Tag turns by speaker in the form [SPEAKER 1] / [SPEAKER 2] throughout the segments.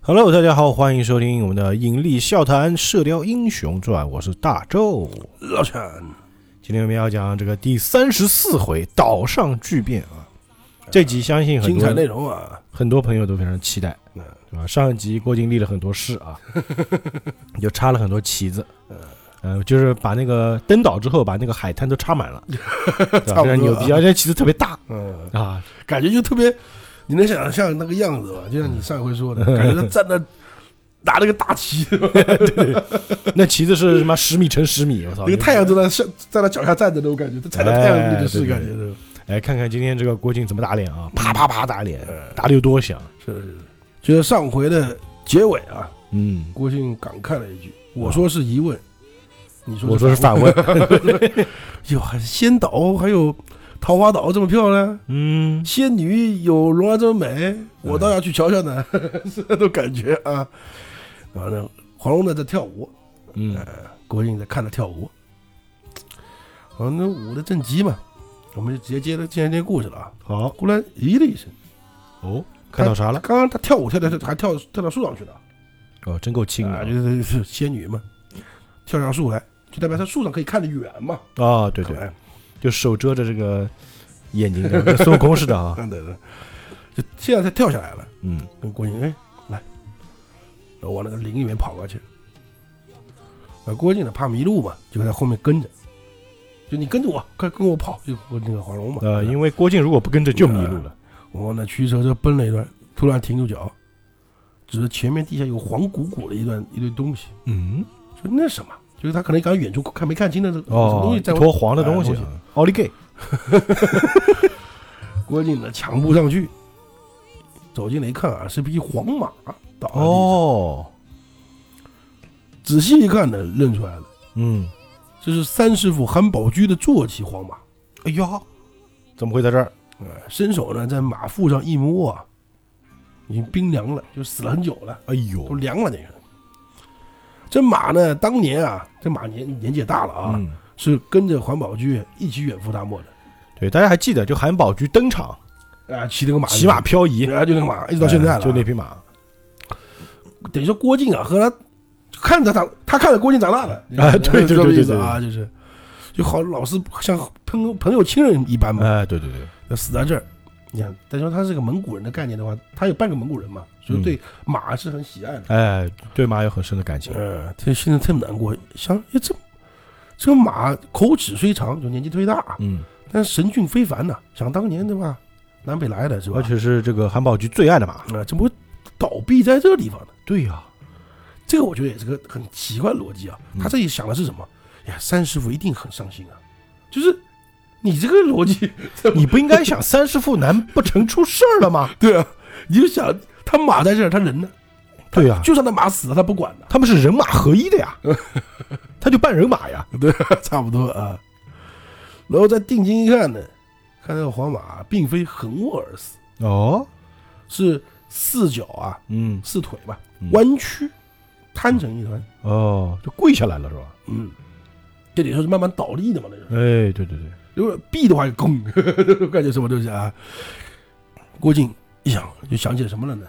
[SPEAKER 1] Hello，大家好，欢迎收听我们的《引力笑谈射雕英雄传》，我是大周。
[SPEAKER 2] 老陈，
[SPEAKER 1] 今天我们要讲这个第三十四回岛上巨变啊！这集相信很
[SPEAKER 2] 精
[SPEAKER 1] 多
[SPEAKER 2] 彩内
[SPEAKER 1] 人
[SPEAKER 2] 容啊！
[SPEAKER 1] 很多朋友都非常期待，
[SPEAKER 2] 嗯
[SPEAKER 1] 对吧？上一集郭靖立了很多誓 啊，就插了很多旗子，
[SPEAKER 2] 嗯
[SPEAKER 1] 呃，就是把那个登岛之后，把那个海滩都插满了，对吧
[SPEAKER 2] 差不多啊
[SPEAKER 1] 非常牛逼，而且旗子特别大
[SPEAKER 2] 嗯，
[SPEAKER 1] 啊，
[SPEAKER 2] 感觉就特别，你能想象那个样子吧？就像你上回说的，
[SPEAKER 1] 嗯
[SPEAKER 2] 感觉他站那拿了个大旗，
[SPEAKER 1] 那旗子是什么十米乘十米，我操！
[SPEAKER 2] 那个太阳都在上，在他脚下站着那种感觉，他踩
[SPEAKER 1] 哎
[SPEAKER 2] 到太阳里面是感觉的。
[SPEAKER 1] 来看看今天这个郭靖怎么打脸啊！啪啪啪打脸，打的有多响？
[SPEAKER 2] 是的是的，就是上回的结尾啊，
[SPEAKER 1] 嗯，
[SPEAKER 2] 郭靖感慨了一句：“我说是疑问，你说
[SPEAKER 1] 我嗯说是反问，
[SPEAKER 2] 哟，还是仙岛还有桃花岛这么漂亮，
[SPEAKER 1] 嗯，
[SPEAKER 2] 仙女有容儿这么美，我倒要去瞧瞧呢， 是那种感觉啊。”完了，黄蓉呢在跳舞。
[SPEAKER 1] 嗯
[SPEAKER 2] 郭靖在看他跳舞，好，那舞的正急嘛，我们就直接接着进行这个故事了啊。
[SPEAKER 1] 好
[SPEAKER 2] 忽然咦的一声，
[SPEAKER 1] 哦，看到啥了？
[SPEAKER 2] 刚刚他跳舞跳的还跳跳到树上去了，
[SPEAKER 1] 哦，真够轻
[SPEAKER 2] 啊，
[SPEAKER 1] 的
[SPEAKER 2] 就是是仙女嘛，跳上树来，就代表她树上可以看得远嘛。
[SPEAKER 1] 啊！对对，
[SPEAKER 2] 哎，
[SPEAKER 1] 就手遮着这个眼睛的， 跟孙悟空似的啊。
[SPEAKER 2] 对对，对就现在他跳下来了，
[SPEAKER 1] 嗯，
[SPEAKER 2] 跟郭靖哎来，然后往那个林里面跑过去。啊，郭靖呢怕迷路嘛，就在后面跟着，就你跟着我，快跟我跑，就那个黄蓉嘛。
[SPEAKER 1] 呃，因为郭靖如果不跟着就迷路了。
[SPEAKER 2] 我往那驱车车奔了一段，突然停住脚，指着前面地下有黄鼓鼓的一段一堆东西，
[SPEAKER 1] 嗯，
[SPEAKER 2] 说那什么？就是他可能刚远处看没看清的这个什么
[SPEAKER 1] 哦，
[SPEAKER 2] 东西
[SPEAKER 1] 一
[SPEAKER 2] 在。
[SPEAKER 1] 坨黄的东西
[SPEAKER 2] 哎东
[SPEAKER 1] 啊，奥利给！
[SPEAKER 2] 郭靖呢强步上去，走进来一看啊，是匹黄马倒了、，
[SPEAKER 1] 哦，
[SPEAKER 2] 仔细一看呢，认出来了，
[SPEAKER 1] 嗯，
[SPEAKER 2] 这是三师傅韩宝驹的坐骑黄马，
[SPEAKER 1] 哎呀，怎么会在这儿？
[SPEAKER 2] 呃，伸手呢在马腹上一摸啊，已经冰凉了，就死了很久了。
[SPEAKER 1] 哎呦
[SPEAKER 2] 都，凉了那个。这马呢，当年啊，这马年年纪也大了啊，
[SPEAKER 1] 嗯，
[SPEAKER 2] 是跟着环保局一起远赴大漠的，
[SPEAKER 1] 对，大家还记得，就韩宝驹登场，
[SPEAKER 2] 啊，骑那个马，
[SPEAKER 1] 骑马，漂移，哎
[SPEAKER 2] 啊，就那个马，一直到现在了啊、
[SPEAKER 1] 就那匹马。
[SPEAKER 2] 等于说郭靖啊，和他看着他，他看着郭靖长大的
[SPEAKER 1] 啊 对对对
[SPEAKER 2] 这个意
[SPEAKER 1] 对
[SPEAKER 2] 思
[SPEAKER 1] 对对
[SPEAKER 2] 啊，就是就好老是像朋友朋友亲人一般嘛，
[SPEAKER 1] 哎，对对对，
[SPEAKER 2] 要死在这儿。你看，再说他是个蒙古人的概念的话，他有半个蒙古人嘛，所
[SPEAKER 1] 嗯
[SPEAKER 2] 以对马是很喜爱的。
[SPEAKER 1] 哎，对马有很深的感情。
[SPEAKER 2] 嗯，这心里特别难过，想，哎，这这个马口齿虽长，就年纪忒大，
[SPEAKER 1] 嗯，
[SPEAKER 2] 但是神俊非凡呐、想当年对吧？南北来的是
[SPEAKER 1] 嗯
[SPEAKER 2] 吧
[SPEAKER 1] 而？且是这个韩宝驹最爱的马。
[SPEAKER 2] 啊，怎么会倒闭在这个地方呢？
[SPEAKER 1] 对呀、
[SPEAKER 2] 这个我觉得也是个很奇怪的逻辑啊
[SPEAKER 1] 嗯。
[SPEAKER 2] 他这里想的是什么？哎呀，三师傅一定很伤心啊。就是你这个逻辑，
[SPEAKER 1] 你不应该想三师傅难不成出事儿了吗？
[SPEAKER 2] 对啊，你就想他马在这儿，他人呢？
[SPEAKER 1] 对呀、
[SPEAKER 2] 就算他马死了，他不管的。
[SPEAKER 1] 他们是人马合一的 呀，他就扮人马呀。
[SPEAKER 2] 差不多啊。然后再定睛一看呢，看那个黄马并非横卧而死，
[SPEAKER 1] 哦，
[SPEAKER 2] 是四脚啊，
[SPEAKER 1] 嗯，
[SPEAKER 2] 四腿吧
[SPEAKER 1] 嗯，
[SPEAKER 2] 弯曲，摊成一团。
[SPEAKER 1] 哦，就跪下来了是吧？
[SPEAKER 2] 嗯，这里说是慢慢倒立的嘛，那是。
[SPEAKER 1] 哎，对对对，
[SPEAKER 2] 如果闭的话， 拱，感觉什么东西啊？郭靖一想，就想起了什么了呢？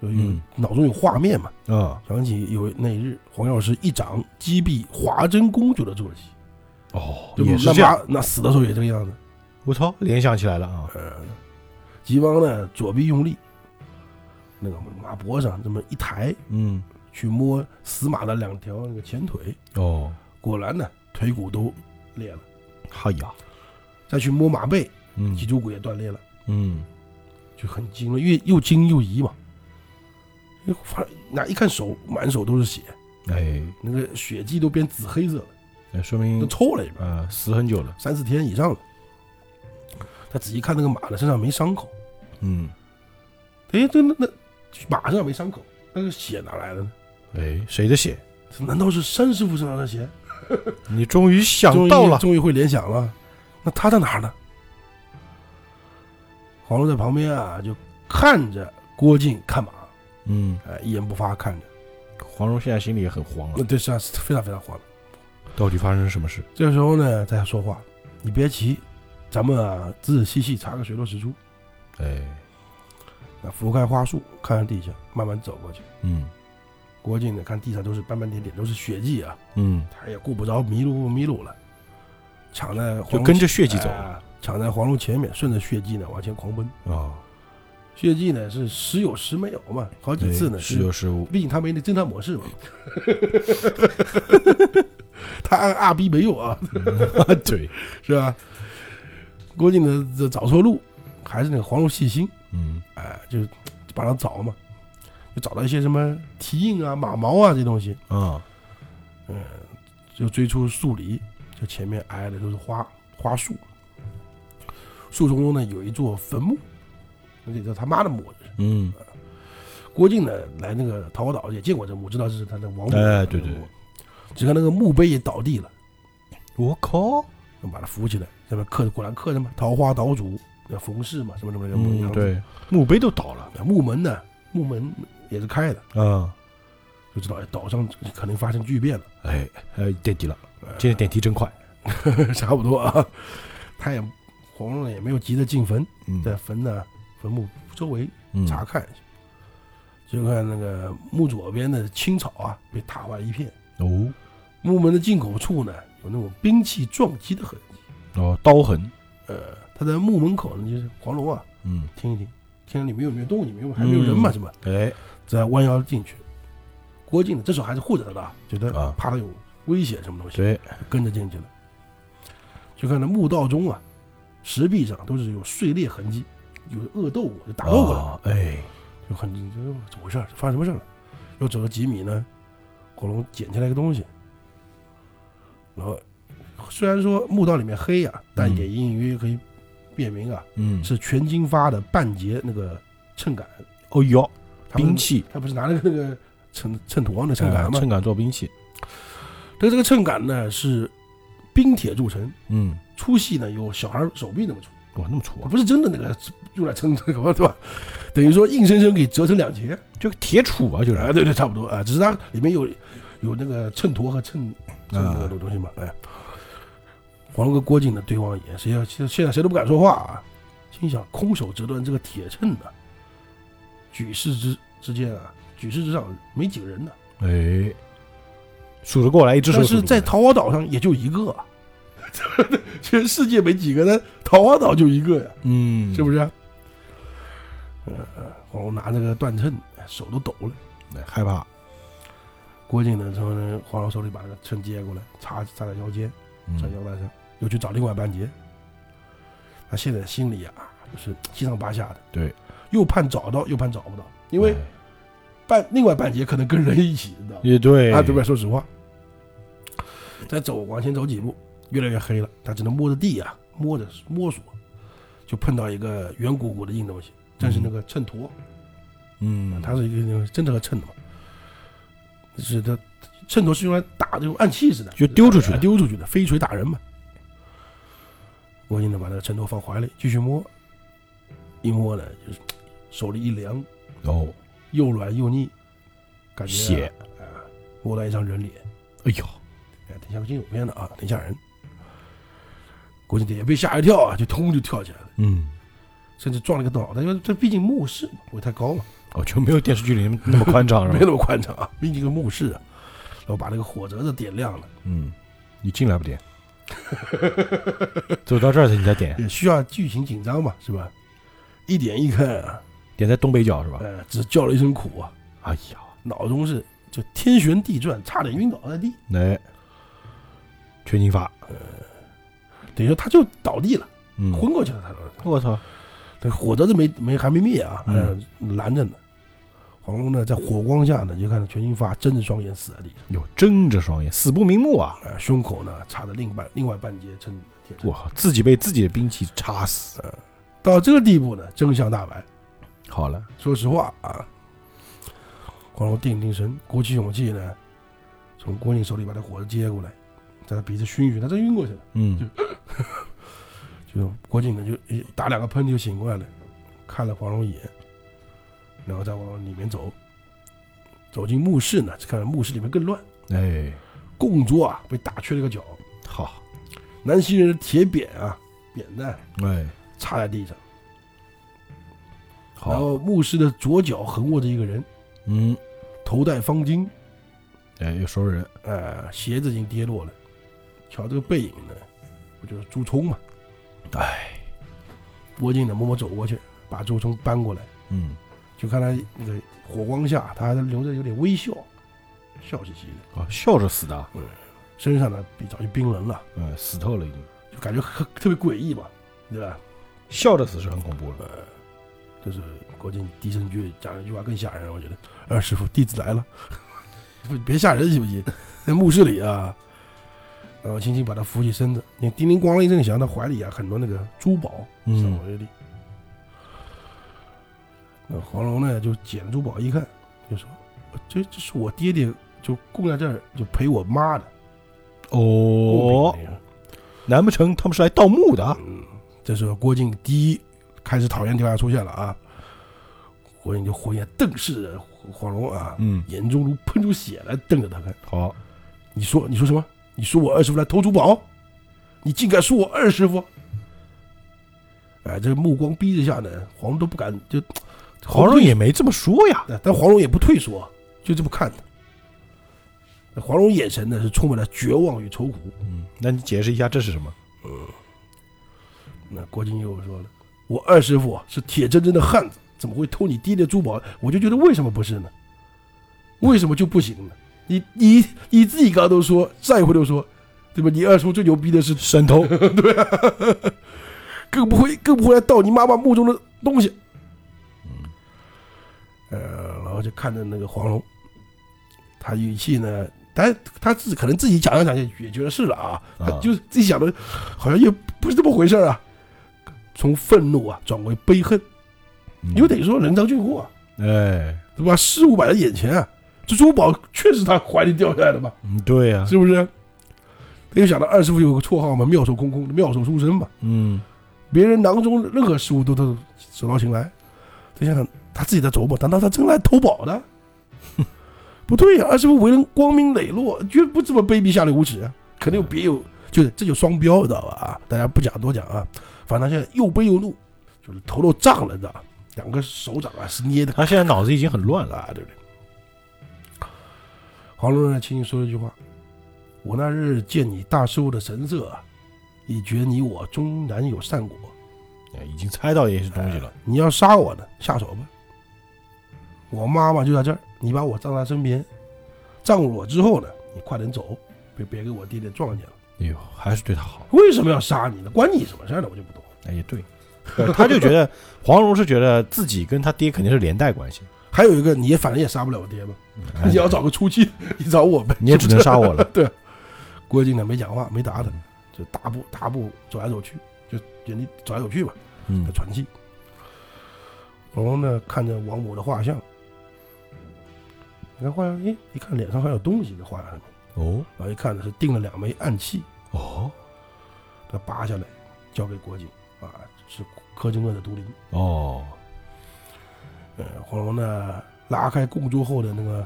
[SPEAKER 2] 有有
[SPEAKER 1] 嗯
[SPEAKER 2] 脑中有画面嘛，
[SPEAKER 1] 啊、
[SPEAKER 2] 想起有那一日黄药师一掌击毙华筝公主的坐骑，
[SPEAKER 1] 哦，
[SPEAKER 2] 就
[SPEAKER 1] 也是
[SPEAKER 2] 那
[SPEAKER 1] 这样。
[SPEAKER 2] 马那死的时候也这个样子。
[SPEAKER 1] 我操，联想起来了啊。
[SPEAKER 2] 呃吉汪呢，左臂用力，那个马脖上这么一抬，
[SPEAKER 1] 嗯，
[SPEAKER 2] 去摸死马的两条那个前腿，
[SPEAKER 1] 哦，
[SPEAKER 2] 果然呢，腿骨都裂了。
[SPEAKER 1] 哎呀，
[SPEAKER 2] 再去摸马背，
[SPEAKER 1] 嗯
[SPEAKER 2] 脊柱骨也断裂了，
[SPEAKER 1] 嗯，
[SPEAKER 2] 就很惊了，越又惊又疑嘛。哎发那一看手，满手都是血，
[SPEAKER 1] 哎，
[SPEAKER 2] 那个血迹都变紫黑色了，
[SPEAKER 1] 那说
[SPEAKER 2] 都
[SPEAKER 1] 明
[SPEAKER 2] 臭了一遍，
[SPEAKER 1] 呃死很久了。
[SPEAKER 2] 三四天以上了。他仔细看那个马的身上没伤口，
[SPEAKER 1] 嗯，
[SPEAKER 2] 哎，这那那马身上没伤口，那个血哪来的呢？
[SPEAKER 1] 哎，谁的血？
[SPEAKER 2] 难道是山师傅身上的血？
[SPEAKER 1] 你终于
[SPEAKER 2] 终
[SPEAKER 1] 想
[SPEAKER 2] 于
[SPEAKER 1] 到了。
[SPEAKER 2] 终于会联想了。那他在哪儿呢？黄蓉在旁边啊，就看着郭靖看马，
[SPEAKER 1] 嗯，
[SPEAKER 2] 哎，一言不发看着。
[SPEAKER 1] 黄蓉现在心里也很慌
[SPEAKER 2] 那
[SPEAKER 1] 了，
[SPEAKER 2] 对，是啊，是非常非常慌了。
[SPEAKER 1] 到底发生什么事？
[SPEAKER 2] 这时候呢，再说话，你别急，咱们啊，仔仔细细查个水落石出。
[SPEAKER 1] 哎，
[SPEAKER 2] 啊，拂开花束，看看地下，慢慢走过去。
[SPEAKER 1] 嗯
[SPEAKER 2] 郭靖呢，看地上都是斑斑点点，都是血迹啊，
[SPEAKER 1] 嗯，
[SPEAKER 2] 他也顾不着迷路不迷路了，抢在黄
[SPEAKER 1] 就
[SPEAKER 2] 蓉
[SPEAKER 1] 跟着血迹走
[SPEAKER 2] 哎抢在黄蓉前面，顺着血迹呢往前狂奔。
[SPEAKER 1] 哦，
[SPEAKER 2] 血迹呢是时有时没有嘛，好几
[SPEAKER 1] 对
[SPEAKER 2] 次呢
[SPEAKER 1] 时有时 无，
[SPEAKER 2] 毕竟他没那侦探模式嘛， 他按二逼没用啊，
[SPEAKER 1] 对，
[SPEAKER 2] 是吧？郭靖呢这找错路，还是那个黄蓉细心，
[SPEAKER 1] 嗯
[SPEAKER 2] 哎，就是帮他找嘛，就找到一些什么蹄印啊、马毛啊这东西，
[SPEAKER 1] 啊
[SPEAKER 2] 就追出树篱，就前面挨的都是花花树，树丛中呢有一座坟墓，那里头他妈的墓。
[SPEAKER 1] 嗯
[SPEAKER 2] 郭靖呢来那个桃花岛也见过这墓，知道是他的王墓，
[SPEAKER 1] 哎对对对，
[SPEAKER 2] 只看那个墓碑也倒地了。
[SPEAKER 1] 我靠，
[SPEAKER 2] 把它扶起来，上面刻着果然刻着嘛，桃花岛主，那冯氏嘛，什么什么什么
[SPEAKER 1] 嗯
[SPEAKER 2] 样子。
[SPEAKER 1] 对，墓碑都倒了
[SPEAKER 2] 那木门呢，木门也是开的，
[SPEAKER 1] 啊，
[SPEAKER 2] 就知道哎岛上肯定发生巨变了，
[SPEAKER 1] 哎哎垫底了，现在点题真快，
[SPEAKER 2] 差不多啊。他也黄蓉也没有急着进坟，
[SPEAKER 1] 嗯
[SPEAKER 2] 在坟呢坟墓周围
[SPEAKER 1] 嗯
[SPEAKER 2] 查看一下，就看那个墓左边的青草啊被踏坏一片，
[SPEAKER 1] 哦
[SPEAKER 2] 木门的进口处呢有那种兵器撞击的痕迹。
[SPEAKER 1] 哦刀痕，
[SPEAKER 2] 呃，他在墓门口呢，就是黄蓉啊，
[SPEAKER 1] 嗯
[SPEAKER 2] 听一听，听听里面有没有动静，没有还没有人嘛，
[SPEAKER 1] 嗯
[SPEAKER 2] 是吧？
[SPEAKER 1] 哎
[SPEAKER 2] 再弯腰进去。郭靖呢，这时候还是护着他的啊，觉得
[SPEAKER 1] 啊
[SPEAKER 2] 怕他有危险什么东西，
[SPEAKER 1] 对
[SPEAKER 2] 跟着进去了。就看那墓道中啊，石壁上都是有碎裂痕迹，有恶斗过，就打斗过的，
[SPEAKER 1] 啊哎
[SPEAKER 2] 就很就怎么回事儿？发生什么事儿了？又走了几米呢，火龙捡起来一个东西，然后虽然说墓道里面黑啊，但
[SPEAKER 1] 嗯
[SPEAKER 2] 也隐隐约约可以辨明啊，
[SPEAKER 1] 嗯
[SPEAKER 2] 是全金发的半截那个秤杆，
[SPEAKER 1] 哦哟
[SPEAKER 2] 他不是
[SPEAKER 1] 兵器，
[SPEAKER 2] 他不是拿那个那个秤秤砣那秤杆吗
[SPEAKER 1] 哎？秤哎杆做兵器，
[SPEAKER 2] 这个这个秤杆呢是冰铁铸成，
[SPEAKER 1] 嗯
[SPEAKER 2] 粗细呢有小孩手臂那么粗，
[SPEAKER 1] 哇那么粗啊，
[SPEAKER 2] 不是真的那个用来称这个对吧？等于说硬生生给折成两截，
[SPEAKER 1] 就铁杵啊就是
[SPEAKER 2] 啊，对对，差不多啊，只是它里面有有那个秤砣和秤秤
[SPEAKER 1] 啊
[SPEAKER 2] 那个东西嘛，哎。黄蓉跟郭靖的对望一眼，谁要现现在谁都不敢说话啊，心想空手折断这个铁秤呢，举世之之间啊，举世之上没几个人呢，
[SPEAKER 1] 哎，数得过来一只手
[SPEAKER 2] 但
[SPEAKER 1] 数得过
[SPEAKER 2] 是
[SPEAKER 1] 来，
[SPEAKER 2] 在桃花岛上也就一个、啊， 全世界没几个，但桃花岛就一个呀、
[SPEAKER 1] 嗯，
[SPEAKER 2] 是不是？呃，黄蓉拿那个断秤，哎手都抖了。
[SPEAKER 1] 哎害怕？
[SPEAKER 2] 郭靖呢，从黄蓉手里把那个秤接过来，插插在腰间，
[SPEAKER 1] 嗯
[SPEAKER 2] 插腰带上，又去找另外半截。他现在心里啊，就是七上八下的，
[SPEAKER 1] 对，
[SPEAKER 2] 又盼找到，又盼找不到，因为
[SPEAKER 1] 哎
[SPEAKER 2] 半另外半截可能跟人一起，你知道吗？
[SPEAKER 1] 也对
[SPEAKER 2] 啊，对不对？？说实话，再走往前走几步，越来越黑了，他只能摸着地啊，摸着摸索，就碰到一个圆鼓鼓的硬东西，正是那个秤砣，
[SPEAKER 1] 嗯，
[SPEAKER 2] 它是一个那个真正的秤的嘛，是它秤砣是用来打这种暗器似的，
[SPEAKER 1] 就丢出去
[SPEAKER 2] 啊
[SPEAKER 1] 了，
[SPEAKER 2] 丢出去的，飞锤打人嘛。郭靖呢，把那个秤砣放怀里，继续摸，一摸呢，就是手里一凉，
[SPEAKER 1] 哦，
[SPEAKER 2] 又软又腻，感觉啊
[SPEAKER 1] 血，
[SPEAKER 2] 摸到一张人脸。
[SPEAKER 1] 哎呦，
[SPEAKER 2] 哎，挺像惊悚片的啊，挺吓人。郭靖也被吓一跳啊，就通就跳起来了，
[SPEAKER 1] 嗯，
[SPEAKER 2] 甚至撞了一个脑袋，因为这毕竟墓室嘛，不会太高嘛，
[SPEAKER 1] 哦，就没有电视剧里那么那么宽敞 是
[SPEAKER 2] 没
[SPEAKER 1] 吧？
[SPEAKER 2] 那么宽敞啊，毕竟个墓室啊。然后把那个火折子点亮了，
[SPEAKER 1] 嗯，你进来不点？走到这儿才你才点，
[SPEAKER 2] 也需要剧情紧张嘛，是吧？一点一看啊，
[SPEAKER 1] 点在东北角是吧？
[SPEAKER 2] 呃，只叫了一声苦啊，
[SPEAKER 1] 哎呀，
[SPEAKER 2] 脑中是就天旋地转，差点晕倒在地，
[SPEAKER 1] 来，哎全金发，
[SPEAKER 2] 等于说他就倒地了，
[SPEAKER 1] 嗯，
[SPEAKER 2] 昏过去了，他说。
[SPEAKER 1] 我操，
[SPEAKER 2] 这火折子没没还没灭啊，还
[SPEAKER 1] 嗯
[SPEAKER 2] 拦着呢。黄蓉呢，在火光下呢，就看到全金发睁着双眼死在地上，
[SPEAKER 1] 哟，睁着双眼，死不瞑目啊！
[SPEAKER 2] 呃，胸口呢插着另半另外半截称铁
[SPEAKER 1] 我
[SPEAKER 2] 针。
[SPEAKER 1] 靠，自己被自己的兵器插死。
[SPEAKER 2] 到这个地步呢，真相大白。
[SPEAKER 1] 好了，
[SPEAKER 2] 说实话啊，黄蓉定定神，鼓起勇气呢，从郭靖手里把这火折接过来，在他鼻子熏一熏，他真晕过去了。
[SPEAKER 1] 嗯，
[SPEAKER 2] 就郭靖呢就一打两个喷嚏就醒过来了，看了黄蓉一眼，然后再往里面走。走进墓室呢，只看到墓室里面更乱。
[SPEAKER 1] 哎，
[SPEAKER 2] 供桌啊被打缺了个角，
[SPEAKER 1] 好，
[SPEAKER 2] 南溪人的铁扁啊扁担
[SPEAKER 1] 哎，
[SPEAKER 2] 插在地上，然
[SPEAKER 1] 好，
[SPEAKER 2] 后牧师的左脚横卧着一个人，
[SPEAKER 1] 嗯，
[SPEAKER 2] 头戴方巾，
[SPEAKER 1] 哎，又说人，
[SPEAKER 2] 呃，鞋子已经跌落了。瞧这个背影呢，不就是朱冲嘛？
[SPEAKER 1] 哎，
[SPEAKER 2] 郭靖呢默默走过去，把周冲搬过来，
[SPEAKER 1] 嗯，
[SPEAKER 2] 就看他那个火光下，他还留着有点微笑，笑嘻嘻的，
[SPEAKER 1] 哦，笑着死的啊，
[SPEAKER 2] 身上呢比早就冰冷了，
[SPEAKER 1] 嗯，死透了已经，
[SPEAKER 2] 就感觉很特别诡异吧，对吧？
[SPEAKER 1] 笑着死是很恐怖了，
[SPEAKER 2] 这是郭靖低声句讲了一句话更吓人，我觉得。二师傅，弟子来了， 不别吓人行不行？ 在墓室里啊，然后轻轻把他扶起身子，你叮铃咣啷一声响，他怀里啊很多那个珠宝，上
[SPEAKER 1] 嗯
[SPEAKER 2] 我这里。那黄蓉呢，就捡珠宝一看，就说：“这这是我爹爹就供在这儿，就陪我妈的。供
[SPEAKER 1] 哦
[SPEAKER 2] 品，那个
[SPEAKER 1] 难不成他们是来盗墓的啊？
[SPEAKER 2] 这时候郭靖第一开始讨厌条件出现了啊！郭靖就火眼瞪视着黄蓉啊，
[SPEAKER 1] 嗯，
[SPEAKER 2] 眼中如喷出血来，瞪着他看。
[SPEAKER 1] 好，
[SPEAKER 2] 你说，你说什么？你说我二师傅来偷珠宝？你竟敢说我二师傅？哎，这目光逼着下呢，黄蓉都不敢就。哎
[SPEAKER 1] 黄蓉也没这么说呀，
[SPEAKER 2] 但黄蓉也不退缩，就这么看他。那黄蓉眼神呢是充满了绝望与愁苦。
[SPEAKER 1] 嗯，那你解释一下这是什么？
[SPEAKER 2] 那郭靖又说了：“我二师傅啊是铁铮铮的汉子，怎么会偷你爹的珠宝？我就觉得为什么不是呢？为什么就不行呢？你你你自己刚刚都说，上一回都说，对吧？你二叔最牛逼的是，
[SPEAKER 1] 神偷，
[SPEAKER 2] 更不会更不会来盗你妈妈墓中的东西。”呃，然后就看着那个黄蓉，他语气呢，但他自己可能自己讲着讲着也觉得是了啊，他
[SPEAKER 1] 啊
[SPEAKER 2] 就是自己想的，好像也不是这么回事儿啊。从愤怒啊转为悲恨，
[SPEAKER 1] 嗯
[SPEAKER 2] 因为等于说人赃俱获、啊，
[SPEAKER 1] 哎，
[SPEAKER 2] 对吧？事物摆在眼前啊，这珠宝确实他怀里掉下来的嘛，
[SPEAKER 1] 嗯，对呀，
[SPEAKER 2] 是不是？他又想到二师傅有个绰号嘛，妙手空空，妙手书生嘛，
[SPEAKER 1] 嗯，
[SPEAKER 2] 别人囊中任何事物都都手到擒来。他想想他自己在琢磨，难道他真来偷宝的？ 不对呀、二师傅为人光明磊落，绝不这么卑鄙下流无耻啊，肯定有别有，就是这就双标，知道吧？啊，大家不讲多讲啊，反正他现在又悲又怒，就是头都胀了，你知道吧？两个手掌啊是捏的
[SPEAKER 1] 他现在脑子已经很乱了，
[SPEAKER 2] 啊，对不对？黄蓉呢，轻轻说了一句话：“我那日见你大师傅的神色啊，已觉你我终难有善果。
[SPEAKER 1] 哎已经猜到一些东西了，
[SPEAKER 2] 你要杀我呢，下手吧。我妈妈就在这儿，你把我葬在身边，葬了我之后呢，你快点走，别别给我爹爹撞见了。
[SPEAKER 1] 哎呦，还是对他好，
[SPEAKER 2] 为什么要杀你呢？关你什么事儿呢？我就不懂。
[SPEAKER 1] 哎，也对，对他就觉得黄蓉是觉得自己跟他爹肯定是连带关系，
[SPEAKER 2] 还有一个，你也反正也杀不了我爹嘛，
[SPEAKER 1] 哎
[SPEAKER 2] 你要找个出气， 你找我呗。
[SPEAKER 1] 你也只能杀我 了，
[SPEAKER 2] 郭靖呢没讲话，没打他，就大步大步走来走去，就人家走来走去吧，
[SPEAKER 1] 嗯
[SPEAKER 2] 在，喘气。黄蓉呢看着王母的画像，你看画像，哎，一看脸上还有东西在画像上面，
[SPEAKER 1] 哦
[SPEAKER 2] 然后一看呢是钉了两枚暗器，
[SPEAKER 1] 哦
[SPEAKER 2] 他拔下来交给郭靖啊，是柯镇恶的毒灵。
[SPEAKER 1] 哦，
[SPEAKER 2] 呃，黄蓉呢拉开供桌后的那个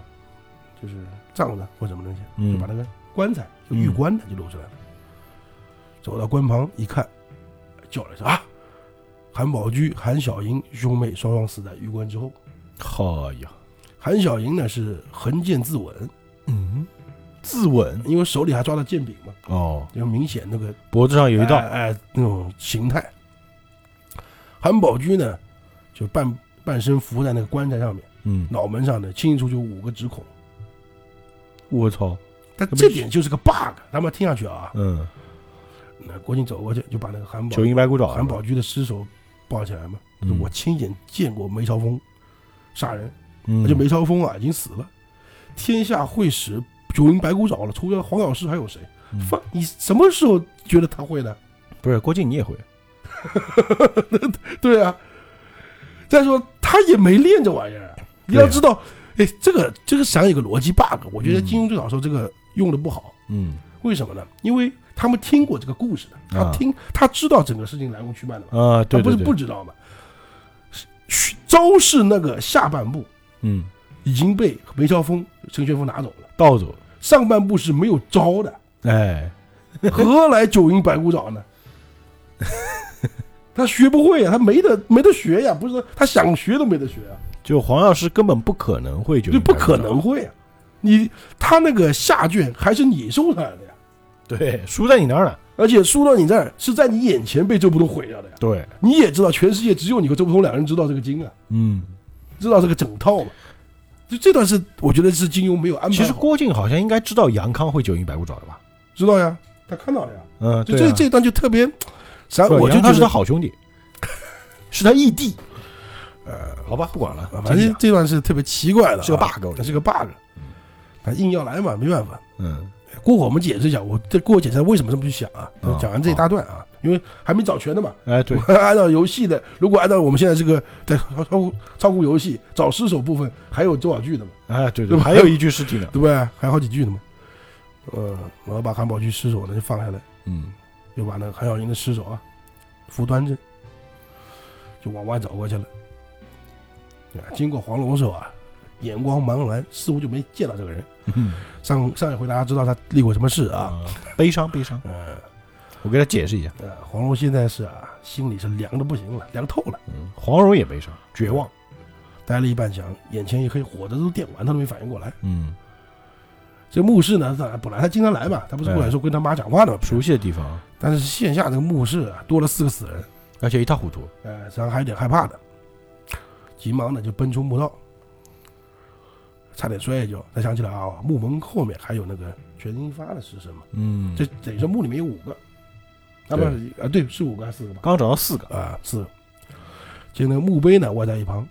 [SPEAKER 2] 就是帐子或什么东西，就把
[SPEAKER 1] 嗯
[SPEAKER 2] 那个棺材就玉棺呢就露出来了。走到棺旁一看，叫了一声啊，韩宝驹、韩小莹兄妹双双死在玉棺之后。
[SPEAKER 1] 好呀，
[SPEAKER 2] 韩小莹呢是横剑自刎，
[SPEAKER 1] 嗯，自刎
[SPEAKER 2] 因为手里还抓着剑柄嘛，
[SPEAKER 1] 哦，
[SPEAKER 2] 就明显那个
[SPEAKER 1] 脖子上有一道，
[SPEAKER 2] 哎哎那种形态。韩宝驹呢就半半身伏在那个棺材上面，
[SPEAKER 1] 嗯，
[SPEAKER 2] 脑门上呢清清楚楚五个直孔。
[SPEAKER 1] 我操，
[SPEAKER 2] 但这点就是个 bug，咱们听下去啊。
[SPEAKER 1] 嗯，
[SPEAKER 2] 那郭靖走过去就把那个韩宝
[SPEAKER 1] 九阴白骨爪，
[SPEAKER 2] 韩宝驹的尸首抱起来嘛。
[SPEAKER 1] 嗯，
[SPEAKER 2] 我亲眼见过梅超风杀人，
[SPEAKER 1] 嗯，
[SPEAKER 2] 而且梅超风啊已经死了，天下会使九阴白骨爪了，除了黄药师还有谁？
[SPEAKER 1] 嗯
[SPEAKER 2] 放你什么时候觉得他会的？
[SPEAKER 1] 不是郭靖你也会，
[SPEAKER 2] 对啊，再说他也没练这玩意儿，你要
[SPEAKER 1] 对啊
[SPEAKER 2] 知道，哎，这个这个想有个逻辑 bug，我觉得
[SPEAKER 1] 嗯
[SPEAKER 2] 金庸最早说这个用的不好。
[SPEAKER 1] 嗯，
[SPEAKER 2] 为什么呢？因为他们听过这个故事的，他
[SPEAKER 1] 啊
[SPEAKER 2] 听、他知道整个事情来龙去脉的嘛，
[SPEAKER 1] 啊，对对
[SPEAKER 2] 他不是
[SPEAKER 1] 对
[SPEAKER 2] 不，知道嘛。是招式那个下半部
[SPEAKER 1] 嗯，
[SPEAKER 2] 已经被梅超风、陈玄风拿走了，
[SPEAKER 1] 倒走，
[SPEAKER 2] 上半部是没有招的，
[SPEAKER 1] 哎，
[SPEAKER 2] 何来九阴白骨爪呢？ 他学不会呀、他没得没得学呀、不是他想学都没得学啊，
[SPEAKER 1] 就黄药师根本不可能会觉得你
[SPEAKER 2] 就不
[SPEAKER 1] 看
[SPEAKER 2] 可
[SPEAKER 1] 到
[SPEAKER 2] 能会啊。你他那个下卷还是你送上来的呀，
[SPEAKER 1] 对，输在你那儿了。
[SPEAKER 2] 而且输到你这儿是在你眼前被周伯通毁掉的呀。
[SPEAKER 1] 对，
[SPEAKER 2] 你也知道，全世界只有你和周伯通两人知道这个经啊，
[SPEAKER 1] 嗯，
[SPEAKER 2] 知道这个整套嘛。就这段是我觉得是金庸没有安排好，
[SPEAKER 1] 其实郭靖好像应该知道杨康会九阴白骨爪的吧？
[SPEAKER 2] 知道呀，他看到了呀。
[SPEAKER 1] 嗯，
[SPEAKER 2] 就
[SPEAKER 1] 对
[SPEAKER 2] 这
[SPEAKER 1] 啊
[SPEAKER 2] 这一段就特别，啥
[SPEAKER 1] 对
[SPEAKER 2] 我就
[SPEAKER 1] 杨
[SPEAKER 2] 觉
[SPEAKER 1] 康是他
[SPEAKER 2] 得
[SPEAKER 1] 好兄弟， 是他义弟。呃，好吧，不管了，
[SPEAKER 2] 啊反正这段是特别奇怪的啊，
[SPEAKER 1] 啊是个 bug，我觉得
[SPEAKER 2] 是个 bug，他硬要来嘛，没办法。
[SPEAKER 1] 嗯，
[SPEAKER 2] 过会儿我们解释一下，我这过会儿解释为什么这么去想啊
[SPEAKER 1] 啊。
[SPEAKER 2] 讲完这一大段啊，因为还没找全的嘛。
[SPEAKER 1] 哎， 对，
[SPEAKER 2] 按照游戏的，如果按照我们现在这个在操操操控游戏找尸首部分，还有多少句的嘛，
[SPEAKER 1] 哎，对
[SPEAKER 2] 对
[SPEAKER 1] 对，
[SPEAKER 2] 吧
[SPEAKER 1] 还有一句尸体呢。
[SPEAKER 2] 对不对？还有好几句的嘛。呃，我要把韩宝驹尸首呢就放下来，
[SPEAKER 1] 嗯，
[SPEAKER 2] 就把那个韩小英的尸首啊扶端正，就往外走过去了。对吧经过黄龙的时候啊，眼光茫然，似乎就没见到这个人。上上一回大家知道他立过什么事啊？
[SPEAKER 1] 啊，悲伤，悲伤，
[SPEAKER 2] 呃
[SPEAKER 1] 我给他解释一下。
[SPEAKER 2] 呃，黄龙现在是啊，心里是凉的不行了，凉透了。
[SPEAKER 1] 嗯，黄蓉也悲伤，绝望。
[SPEAKER 2] 待了一半晌，眼前一黑，火的都点完，他都没反应过来。
[SPEAKER 1] 嗯，
[SPEAKER 2] 这牧师呢，他本来他经常来嘛，他不是过来说跟他妈讲话的嘛，
[SPEAKER 1] 熟悉的地方，
[SPEAKER 2] 但是线下这个牧师啊，多了四个死人，
[SPEAKER 1] 而且一塌糊涂。
[SPEAKER 2] 呃，然后还有点害怕的，急忙呢就奔出墓道，差点摔一跤，才想起来啊，墓门后面还有那个全英发的尸身嘛，
[SPEAKER 1] 嗯，
[SPEAKER 2] 这等于说墓里面有五个，啊不是啊对，是五个还是四个吧？
[SPEAKER 1] 刚找到四个，
[SPEAKER 2] 啊，是。就那个墓碑呢，歪在一旁，